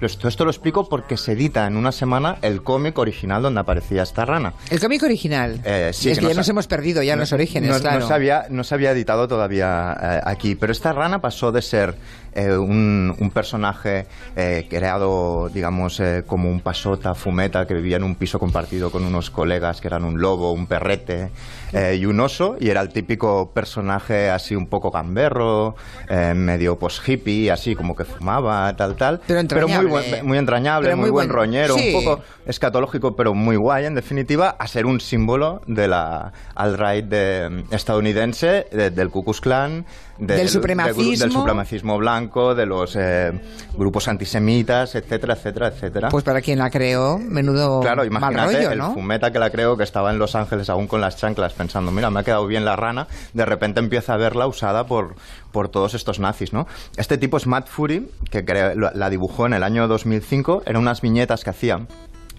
Speaker 9: Lo- Esto, esto lo explico porque se edita en una semana el cómic original donde aparecía esta rana.
Speaker 1: El cómic original.
Speaker 9: Eh, sí,
Speaker 1: es
Speaker 9: que
Speaker 1: que,
Speaker 9: no
Speaker 1: ya nos
Speaker 9: sa-
Speaker 1: hemos perdido ya en los orígenes,
Speaker 9: no,
Speaker 1: claro.
Speaker 9: no se había, no se había editado todavía eh, aquí, pero esta rana pasó de ser eh, un, un personaje eh, creado, digamos, eh, como un pasota, fumeta, que vivía en un piso compartido con unos colegas que eran un lobo, un perrete eh, y un oso, y era el típico personaje así un poco gamberro, eh, medio post-hippie, así como que fumaba, tal, tal. Pero, muy,
Speaker 1: entrañable.
Speaker 9: buen- muy entrañable,
Speaker 1: Pero
Speaker 9: muy,
Speaker 1: muy
Speaker 9: buen
Speaker 1: bueno.
Speaker 9: roñero,
Speaker 1: Sí.
Speaker 9: un poco escatológico, pero muy guay, en definitiva, a ser un símbolo de la alt-right de- mm, estadounidense, de- del Ku Klux Klan, de-
Speaker 1: Del
Speaker 9: de-
Speaker 1: supremacismo.
Speaker 9: del supremacismo blanco, de los eh, grupos antisemitas, etcétera, etcétera, etcétera.
Speaker 1: Pues para quien la creó, menudo
Speaker 9: Claro,
Speaker 1: mal
Speaker 9: imagínate
Speaker 1: rollo,
Speaker 9: el
Speaker 1: ¿no?
Speaker 9: fumeta que la creo que estaba en Los Ángeles aún con las chanclas pensando, mira, me ha quedado bien la rana, de repente empieza a verla usada por, por todos estos nazis, ¿no? Este tipo es Matt Fury, que cre- lo- la dibujó en el año 2005, eran unas viñetas que hacía,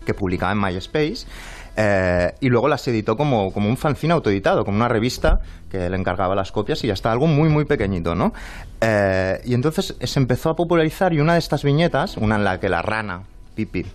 Speaker 9: que publicaba en MySpace, eh, y luego las editó como, como un fanzine autoeditado, como una revista que le encargaba las copias y ya está, algo muy, muy pequeñito, ¿no? Eh, y entonces se empezó a popularizar y una de estas viñetas, una en la que la rana, Pipi,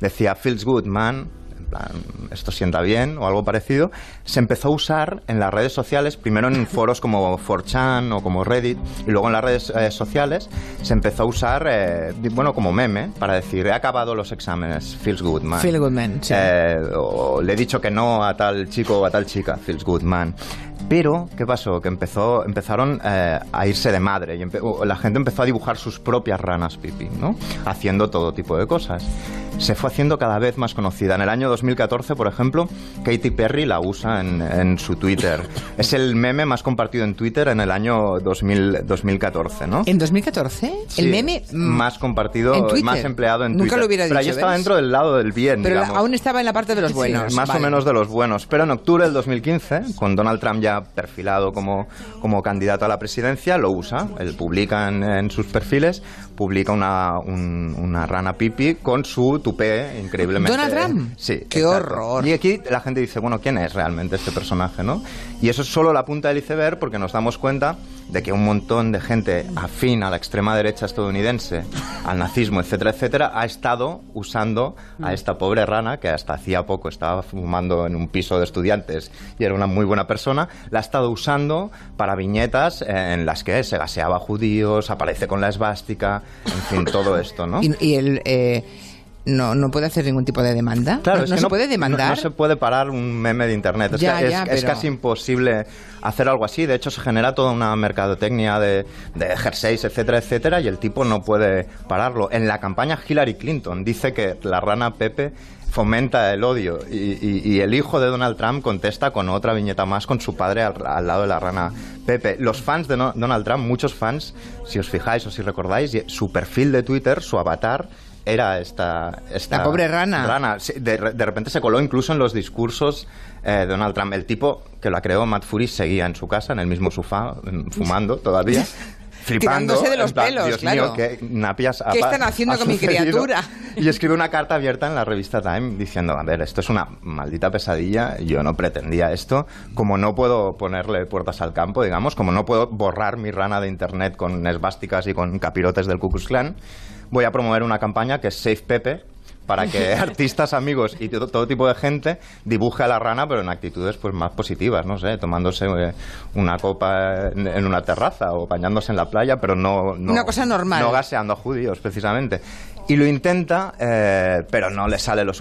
Speaker 9: decía, feels good, man, en plan, esto sienta bien o algo parecido, se empezó a usar en las redes sociales, primero en foros como 4chan o como Reddit, y luego en las redes eh, sociales se empezó a usar, eh, di- bueno, como meme, para decir, he acabado los exámenes, feels good, man.
Speaker 1: Feel good man, sí.
Speaker 9: Eh, o le he dicho que no a tal chico o a tal chica, feels good, man. Pero, ¿qué pasó? Que empezó, empezaron eh, a irse de madre y empe- o la gente empezó a dibujar sus propias ranas pipi, ¿no? Haciendo todo tipo de cosas. Se fue haciendo cada vez más conocida. En el año 2014, por ejemplo, Katy Perry la usa en, en su Twitter. Es el meme más compartido en Twitter en el año 2000 2014, ¿no?
Speaker 1: ¿En 2014?
Speaker 9: Sí,
Speaker 1: el meme... mm,
Speaker 9: más compartido,
Speaker 1: en Twitter.
Speaker 9: más empleado en
Speaker 1: Nunca
Speaker 9: Twitter.
Speaker 1: lo hubiera
Speaker 9: Pero ahí
Speaker 1: dicho,
Speaker 9: estaba
Speaker 1: ¿ves?
Speaker 9: dentro del lado del bien,
Speaker 1: Pero
Speaker 9: digamos.
Speaker 1: aún estaba en la parte de los buenos.
Speaker 9: Sí, más
Speaker 1: vale.
Speaker 9: o menos de los buenos. Pero en octubre del 2015, con Donald Trump ya perfilado como, como candidato a la presidencia, lo usa, él publica en, en sus perfiles, publica una, un- una rana pipi con su tupé increíblemente.
Speaker 1: ¿Donald Trump?
Speaker 9: Sí.
Speaker 1: ¡Qué horror!
Speaker 9: Y aquí la gente dice, bueno, ¿quién es realmente este personaje, no? Y eso es solo la punta del iceberg porque nos damos cuenta de que un montón de gente afín a la extrema derecha estadounidense, al nazismo, etcétera, etcétera, ha estado usando a esta pobre rana que hasta hacía poco estaba fumando en un piso de estudiantes y era una muy buena persona, la ha estado usando para viñetas en las que se gaseaba a judíos, aparece con la esvástica, en fin, todo esto, ¿no?
Speaker 1: Y, y él eh, no, no puede hacer ningún tipo de demanda.
Speaker 9: Claro,
Speaker 1: no,
Speaker 9: es
Speaker 1: no
Speaker 9: que
Speaker 1: se puede demandar.
Speaker 9: No, no se puede parar un meme de internet. Es,
Speaker 1: Ya,
Speaker 9: que- es-
Speaker 1: ya,
Speaker 9: es
Speaker 1: pero-
Speaker 9: casi imposible hacer algo así. De hecho, se genera toda una mercadotecnia de, de jerseys, etcétera, etcétera, y el tipo no puede pararlo. En la campaña Hillary Clinton dice que la rana Pepe fomenta el odio y, y- y el hijo de Donald Trump contesta con otra viñeta más con su padre al, al lado de la rana Pepe. Los fans de No- Donald Trump, muchos fans, si os fijáis o si recordáis, ye- su perfil de Twitter, su avatar, era esta, esta
Speaker 1: La pobre rana.
Speaker 9: rana. Sí, De, re- de repente se coló incluso en los discursos eh, de Donald Trump. El tipo que la creó, Matt Fury, seguía en su casa, en el mismo sofá, mm, fumando todavía. Flipando,
Speaker 1: Tirándose de
Speaker 9: en
Speaker 1: los
Speaker 9: plan,
Speaker 1: pelos,
Speaker 9: Dios
Speaker 1: claro.
Speaker 9: mío, qué napias ha
Speaker 1: ¿Qué
Speaker 9: pa-
Speaker 1: están haciendo
Speaker 9: ha
Speaker 1: con mi
Speaker 9: sucedido?"
Speaker 1: criatura?
Speaker 9: Y escribe una carta abierta en la revista Time diciendo, a ver, esto es una maldita pesadilla, yo no pretendía esto, como no puedo ponerle puertas al campo, digamos, como no puedo borrar mi rana de internet con esvásticas y con capirotes del Ku Klux Klan, voy a promover una campaña que es Save Pepe, para que artistas, amigos y to- todo tipo de gente dibuje a la rana, pero en actitudes pues más positivas, no sé, tomándose eh, una copa en, en una terraza o bañándose en la playa, pero no, no-
Speaker 1: Una cosa normal.
Speaker 9: no gaseando a judíos precisamente. Y lo intenta, eh, pero no le sale lo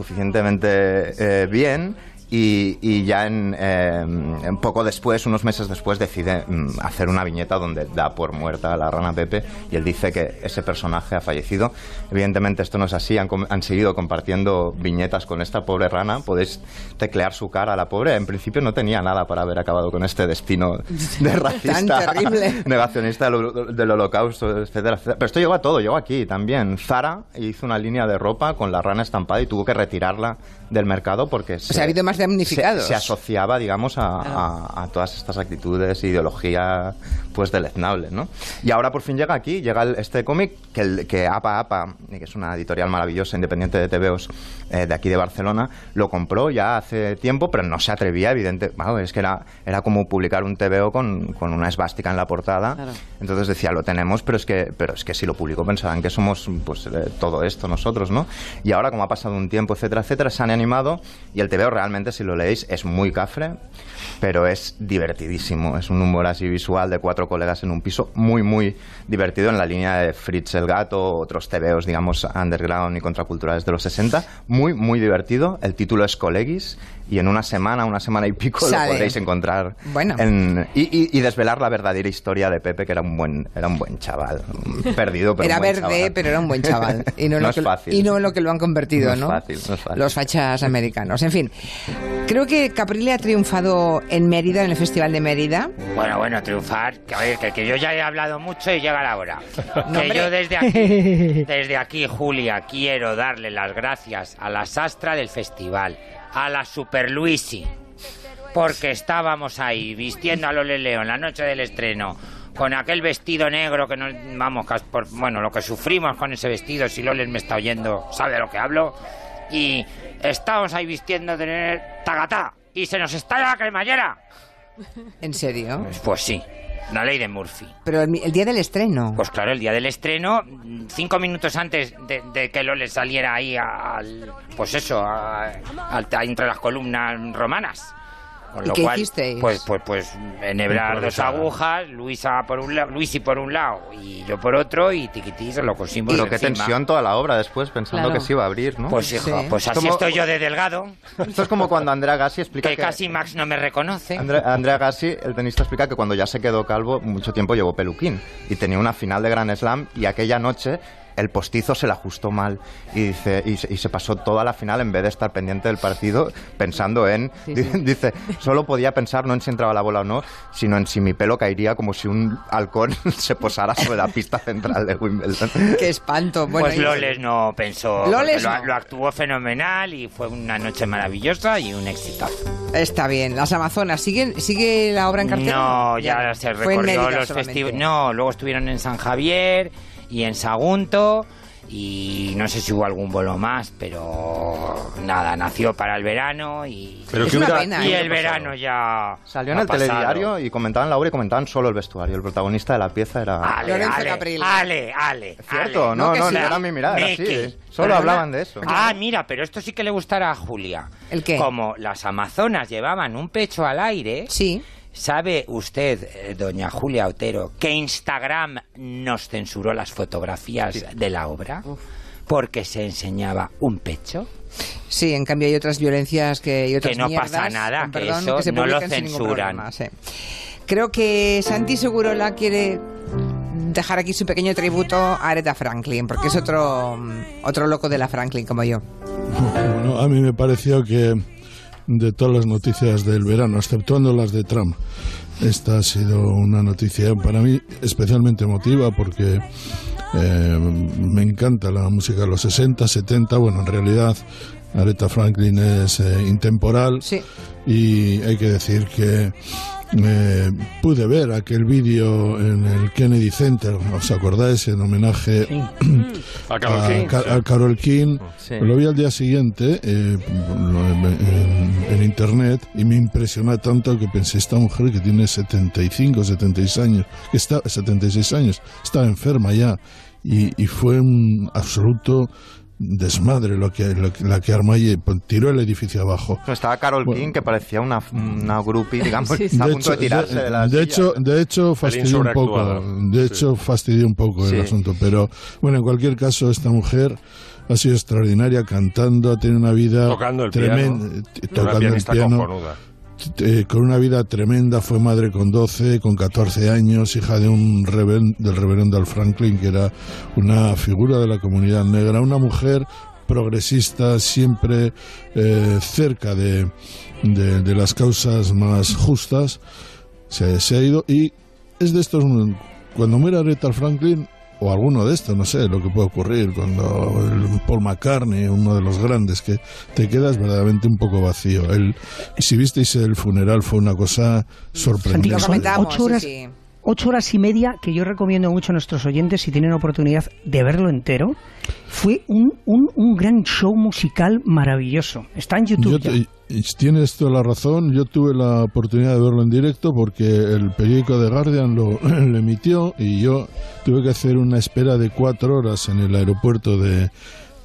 Speaker 9: suficientemente eh, bien. Y, y ya en, eh, en poco después, unos meses después, decide mm, hacer una viñeta donde da por muerta a la rana Pepe y él dice que ese personaje ha fallecido. Evidentemente esto no es así, han, com- han seguido compartiendo viñetas con esta pobre rana, podéis teclear su cara, la pobre en principio no tenía nada para haber acabado con este destino de racista
Speaker 1: terrible.
Speaker 9: negacionista del, holo- del holocausto, etcétera, etcétera. Pero esto llegó a todo, llegó aquí también. Zara hizo una línea de ropa con la rana estampada y tuvo que retirarla del mercado porque
Speaker 1: O sea, ha habido Ah. más más damnificados.
Speaker 9: Se, se asociaba, digamos, a, a- a todas estas actitudes, ideología, pues deleznables, ¿no? Y ahora por fin llega aquí, llega el- este cómic que, el- que Apa Apa, que es una editorial maravillosa, independiente de TVOs eh, de aquí de Barcelona, lo compró ya hace tiempo, pero no se atrevía, evidente. Bueno, es que era, era como publicar un TVO con, con una esvástica en la portada.
Speaker 33: Claro.
Speaker 9: Entonces decía, lo tenemos, pero es que, pero es que si lo publico pensarán que somos pues, eh, todo esto nosotros, ¿no? Y ahora, como ha pasado un tiempo, etcétera, etcétera, se han animado y el TVO realmente, si lo leéis, es muy cafre, pero es divertidísimo. Es un humor así visual de cuatro colegas en un piso, muy, muy divertido en la línea de Fritz el Gato, otros TVOs, digamos, underground y contraculturales de los 60. Muy, muy divertido. El título es Colegis y en una semana, una semana y pico
Speaker 1: Sale.
Speaker 9: lo podréis encontrar
Speaker 1: Bueno.
Speaker 9: en- y, y- y desvelar la verdadera historia de Pepe, que era un buen, era un buen chaval. Perdido, pero
Speaker 1: era
Speaker 9: un buen
Speaker 1: verde,
Speaker 9: chaval.
Speaker 1: pero era un buen chaval. Y no, en
Speaker 9: No
Speaker 1: lo
Speaker 9: es
Speaker 1: que,
Speaker 9: fácil.
Speaker 1: Y no en lo que lo han convertido,
Speaker 9: No
Speaker 1: ¿no?
Speaker 9: es fácil, no es fácil.
Speaker 1: Los fachas americanos. En fin, creo que Caprile ha triunfado en Mérida, en el Festival de Mérida.
Speaker 5: Bueno, bueno, triunfar. Que, a ver, que, que yo ya he hablado mucho y llega la hora.
Speaker 1: No,
Speaker 5: que
Speaker 1: hombre.
Speaker 5: yo desde aquí, desde aquí, Julia, quiero darle las gracias a la sastra del festival, a la Super Luisi, porque estábamos ahí vistiendo a los León la noche del estreno. Con aquel vestido negro que nos. Vamos, que por- bueno, lo que sufrimos con ese vestido, si Loles me está oyendo, sabe de lo que hablo. Y estábamos ahí vistiendo de tagatá. Y se nos estalla la cremallera.
Speaker 1: ¿En serio?
Speaker 5: Pues sí, la ley de Murphy.
Speaker 1: Pero el, el día del estreno.
Speaker 5: Pues claro, el día del estreno, mm, cinco minutos antes de, de que Lole saliera ahí al. Pues eso, a- al- a- entre las columnas romanas. Con
Speaker 1: ¿Y
Speaker 5: lo
Speaker 1: qué
Speaker 5: cual,
Speaker 1: hicisteis?
Speaker 5: Pues, pues, pues enhebrar dos
Speaker 1: Improvisada.
Speaker 5: agujas, Luisa por un lado, Luisi por un lado y yo por otro, y tiquití se lo cosimos.
Speaker 9: Pero qué
Speaker 5: encima.
Speaker 9: tensión toda la obra después, pensando
Speaker 5: Claro.
Speaker 9: que se iba a abrir, ¿no?
Speaker 5: Pues, hijo, Sí. pues así estoy yo de delgado.
Speaker 9: Esto es como cuando Andrea Gassi explica
Speaker 5: Que
Speaker 9: que...
Speaker 5: casi Max no me reconoce.
Speaker 9: Andrea, Andrea Gassi, el tenista, explica que cuando ya se quedó calvo, mucho tiempo llevó peluquín y tenía una final de Grand Slam y aquella noche el postizo se le ajustó mal y, dice, y, se, y se pasó toda la final en vez de estar pendiente del partido pensando en...
Speaker 7: Sí,
Speaker 9: di-
Speaker 7: sí.
Speaker 9: Dice, solo podía pensar no en si entraba la bola o no, sino en si mi pelo caería como si un halcón se posara sobre la pista central de Wimbledon.
Speaker 1: Qué espanto. Bueno,
Speaker 5: pues
Speaker 1: y-
Speaker 5: Loles no pensó.
Speaker 1: Loles
Speaker 5: porque lo-
Speaker 1: no.
Speaker 5: lo actuó fenomenal y fue una noche maravillosa y un exitazo.
Speaker 1: Está bien. Las Amazonas. ¿Sigue, sigue la obra en cartel?
Speaker 5: No, ya, se
Speaker 1: Fue en
Speaker 5: recorrió
Speaker 1: Mérida
Speaker 5: los
Speaker 1: solamente.
Speaker 5: festivales. No, luego estuvieron en San Javier y en Sagunto y no sé si hubo algún vuelo más, pero nada, nació para el verano y,
Speaker 9: Pero Es qué una hubiera- pena,
Speaker 5: y
Speaker 9: ¿eh?
Speaker 5: el verano ya
Speaker 9: Salió en el telediario y comentaban la obra y comentaban solo el vestuario. El protagonista de la pieza era...
Speaker 5: Ah,
Speaker 1: Lorenzo
Speaker 5: Ale,
Speaker 1: Caprile.
Speaker 5: Ale, Ale.
Speaker 9: Ah. Cierto,
Speaker 5: Ale.
Speaker 9: no, No, que no,
Speaker 5: sí.
Speaker 9: no era mi mirada, era así,
Speaker 5: Miki.
Speaker 9: eh. Solo hablaban de eso.
Speaker 5: Ah, mira, pero esto sí que le gustará a Julia. ¿El qué? Como las amazonas llevaban un pecho al aire...
Speaker 1: Sí.
Speaker 5: ¿Sabe usted, eh, doña Julia Otero, que Instagram nos censuró las fotografías de la obra? Porque se enseñaba un pecho.
Speaker 1: Sí, en cambio hay otras violencias que, y otras
Speaker 5: Que no
Speaker 1: mierdas,
Speaker 5: pasa nada,
Speaker 1: con
Speaker 5: que
Speaker 1: perdón,
Speaker 5: eso
Speaker 1: se
Speaker 5: no lo
Speaker 1: publican sin ningún
Speaker 5: censuran.
Speaker 1: problema, sí. Creo que Santi Segurola quiere dejar aquí su pequeño tributo a Aretha Franklin, porque es otro, mm, otro loco de la Franklin como yo.
Speaker 6: Bueno, a mí me pareció que de todas las noticias del verano, exceptuando las de Trump, esta ha sido una noticia para mí especialmente emotiva porque eh, me encanta la música de los 60, 70, bueno, en realidad Aretha Franklin es eh, intemporal y hay que decir que eh, pude ver aquel vídeo en el Kennedy Center, ¿os acordáis? En homenaje
Speaker 7: Ah,
Speaker 12: A Carol King,
Speaker 6: Ca-
Speaker 12: sí.
Speaker 6: a Carol King.
Speaker 12: Sí.
Speaker 6: Lo vi al día siguiente eh, lo- en, en- en internet y me impresionó tanto que pensé, esta mujer que tiene 75, 76 años, que está, 76 años, estaba enferma ya y, y fue un absoluto desmadre lo que, lo que- la que armó y pues, tiró el edificio abajo.
Speaker 9: No, estaba Carol King, que parecía una, una groupie, digamos,
Speaker 6: De
Speaker 9: está a punto de
Speaker 6: hecho-
Speaker 9: tirarse de, la
Speaker 6: de
Speaker 9: silla.
Speaker 6: hecho, de hecho fastidió un poco,
Speaker 12: sobreactuada.
Speaker 6: de hecho fastidió un poco
Speaker 12: Sí.
Speaker 6: el asunto, pero bueno, en cualquier caso esta mujer ha sido extraordinaria cantando, ha tenido una vida
Speaker 12: Tocando el
Speaker 6: tremenda,
Speaker 12: piano.
Speaker 6: eh,
Speaker 12: Una
Speaker 6: tocando el
Speaker 12: pianista
Speaker 6: piano,
Speaker 12: cojonuda.
Speaker 6: eh, con una vida tremenda, fue madre con 12, con 14 años, hija de un reven- del reverendo Al Franklin, que era una figura de la comunidad negra, una mujer progresista, siempre eh, cerca de, de- de las causas más justas, se, se ha ido y es de estos, cuando muera mm, Aretha Franklin, o alguno de estos, no sé, lo que puede ocurrir cuando el Paul McCartney, uno de los grandes, que te quedas verdaderamente un poco vacío. El, si visteis el funeral fue una cosa sorprendente.
Speaker 2: Son ocho horas, ocho horas y media que yo recomiendo mucho a nuestros oyentes si tienen oportunidad de verlo entero. Fue un, un, un gran show musical maravilloso. Está en YouTube.
Speaker 6: Yo
Speaker 2: ya.
Speaker 6: te- y tienes toda la razón. Yo tuve la oportunidad de verlo en directo porque el periódico The Guardian lo, lo emitió y yo tuve que hacer una espera de cuatro horas en el aeropuerto de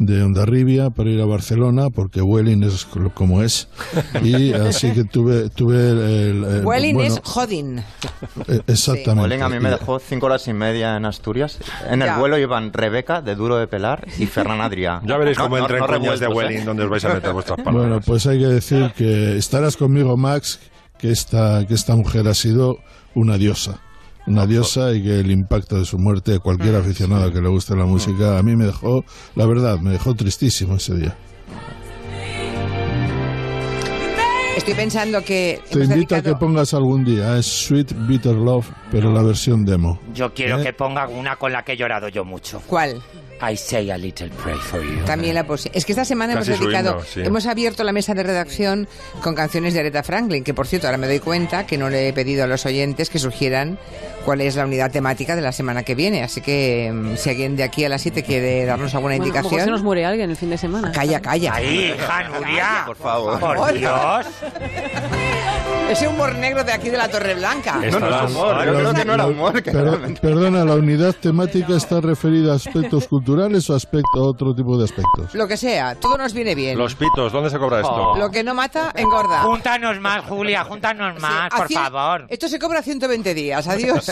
Speaker 6: de Ondarribia para ir a Barcelona porque Welling es como es y así que tuve tuve el, el-
Speaker 1: Welling
Speaker 6: bueno,
Speaker 1: es Jodin.
Speaker 6: eh, exactamente
Speaker 9: Olen a mí me
Speaker 6: Y-
Speaker 9: dejó cinco horas y media en Asturias. En
Speaker 1: Ya.
Speaker 9: el vuelo iban Rebeca, de Duro de Pelar, y Ferran Adrià.
Speaker 7: Ya veréis cómo entran cuñas de
Speaker 9: revueltos, ¿eh?
Speaker 7: Welling donde os vais a meter vuestras palabras.
Speaker 6: Bueno, pues hay que decir que estarás conmigo, Max, que esta, que esta mujer ha sido una diosa. Una diosa y que el impacto de su muerte, a cualquier aficionado que le guste la música, a mí me dejó, la verdad, me dejó tristísimo ese día.
Speaker 1: Estoy pensando que
Speaker 6: Te
Speaker 1: hemos
Speaker 6: invito a que
Speaker 1: dedicado-
Speaker 6: pongas algún día, es Sweet Bitter Love, pero la versión demo. ¿Eh?
Speaker 3: Yo quiero
Speaker 9: Eh.
Speaker 3: que ponga una con la que he llorado yo mucho.
Speaker 1: ¿Cuál?
Speaker 3: I say a little pray for you.
Speaker 1: También la posi- Es que esta semana
Speaker 3: Casi
Speaker 1: hemos
Speaker 3: su
Speaker 1: dedicado,
Speaker 3: himno, sí.
Speaker 1: hemos abierto la mesa de redacción con canciones de Aretha Franklin, que por cierto ahora me doy cuenta que no le he pedido a los oyentes que sugieran cuál es la unidad temática de la semana que viene, así que mm, si alguien de aquí a las 7 quiere darnos alguna
Speaker 5: Bueno, a lo mejor se
Speaker 1: indicación,
Speaker 5: nos muere alguien el fin de semana.
Speaker 1: calla, calla.
Speaker 3: Ahí, hija Nuria. Por
Speaker 9: favor.
Speaker 3: Por Dios.
Speaker 1: Ese humor negro de aquí de la Torre Blanca.
Speaker 9: No, no es humor, yo creo que no era humor. que
Speaker 6: Pero-
Speaker 9: realmente-
Speaker 6: perdona, ¿la unidad temática está referida a aspectos culturales o aspecto, a otro tipo de aspectos?
Speaker 1: Lo que sea, todo nos viene bien.
Speaker 7: Los pitos, ¿dónde se cobra esto?
Speaker 1: Lo que no mata, engorda.
Speaker 3: Júntanos más, Julia, júntanos más,
Speaker 1: A
Speaker 3: por
Speaker 1: cien-
Speaker 3: favor.
Speaker 1: Esto se cobra 120 días, adiós.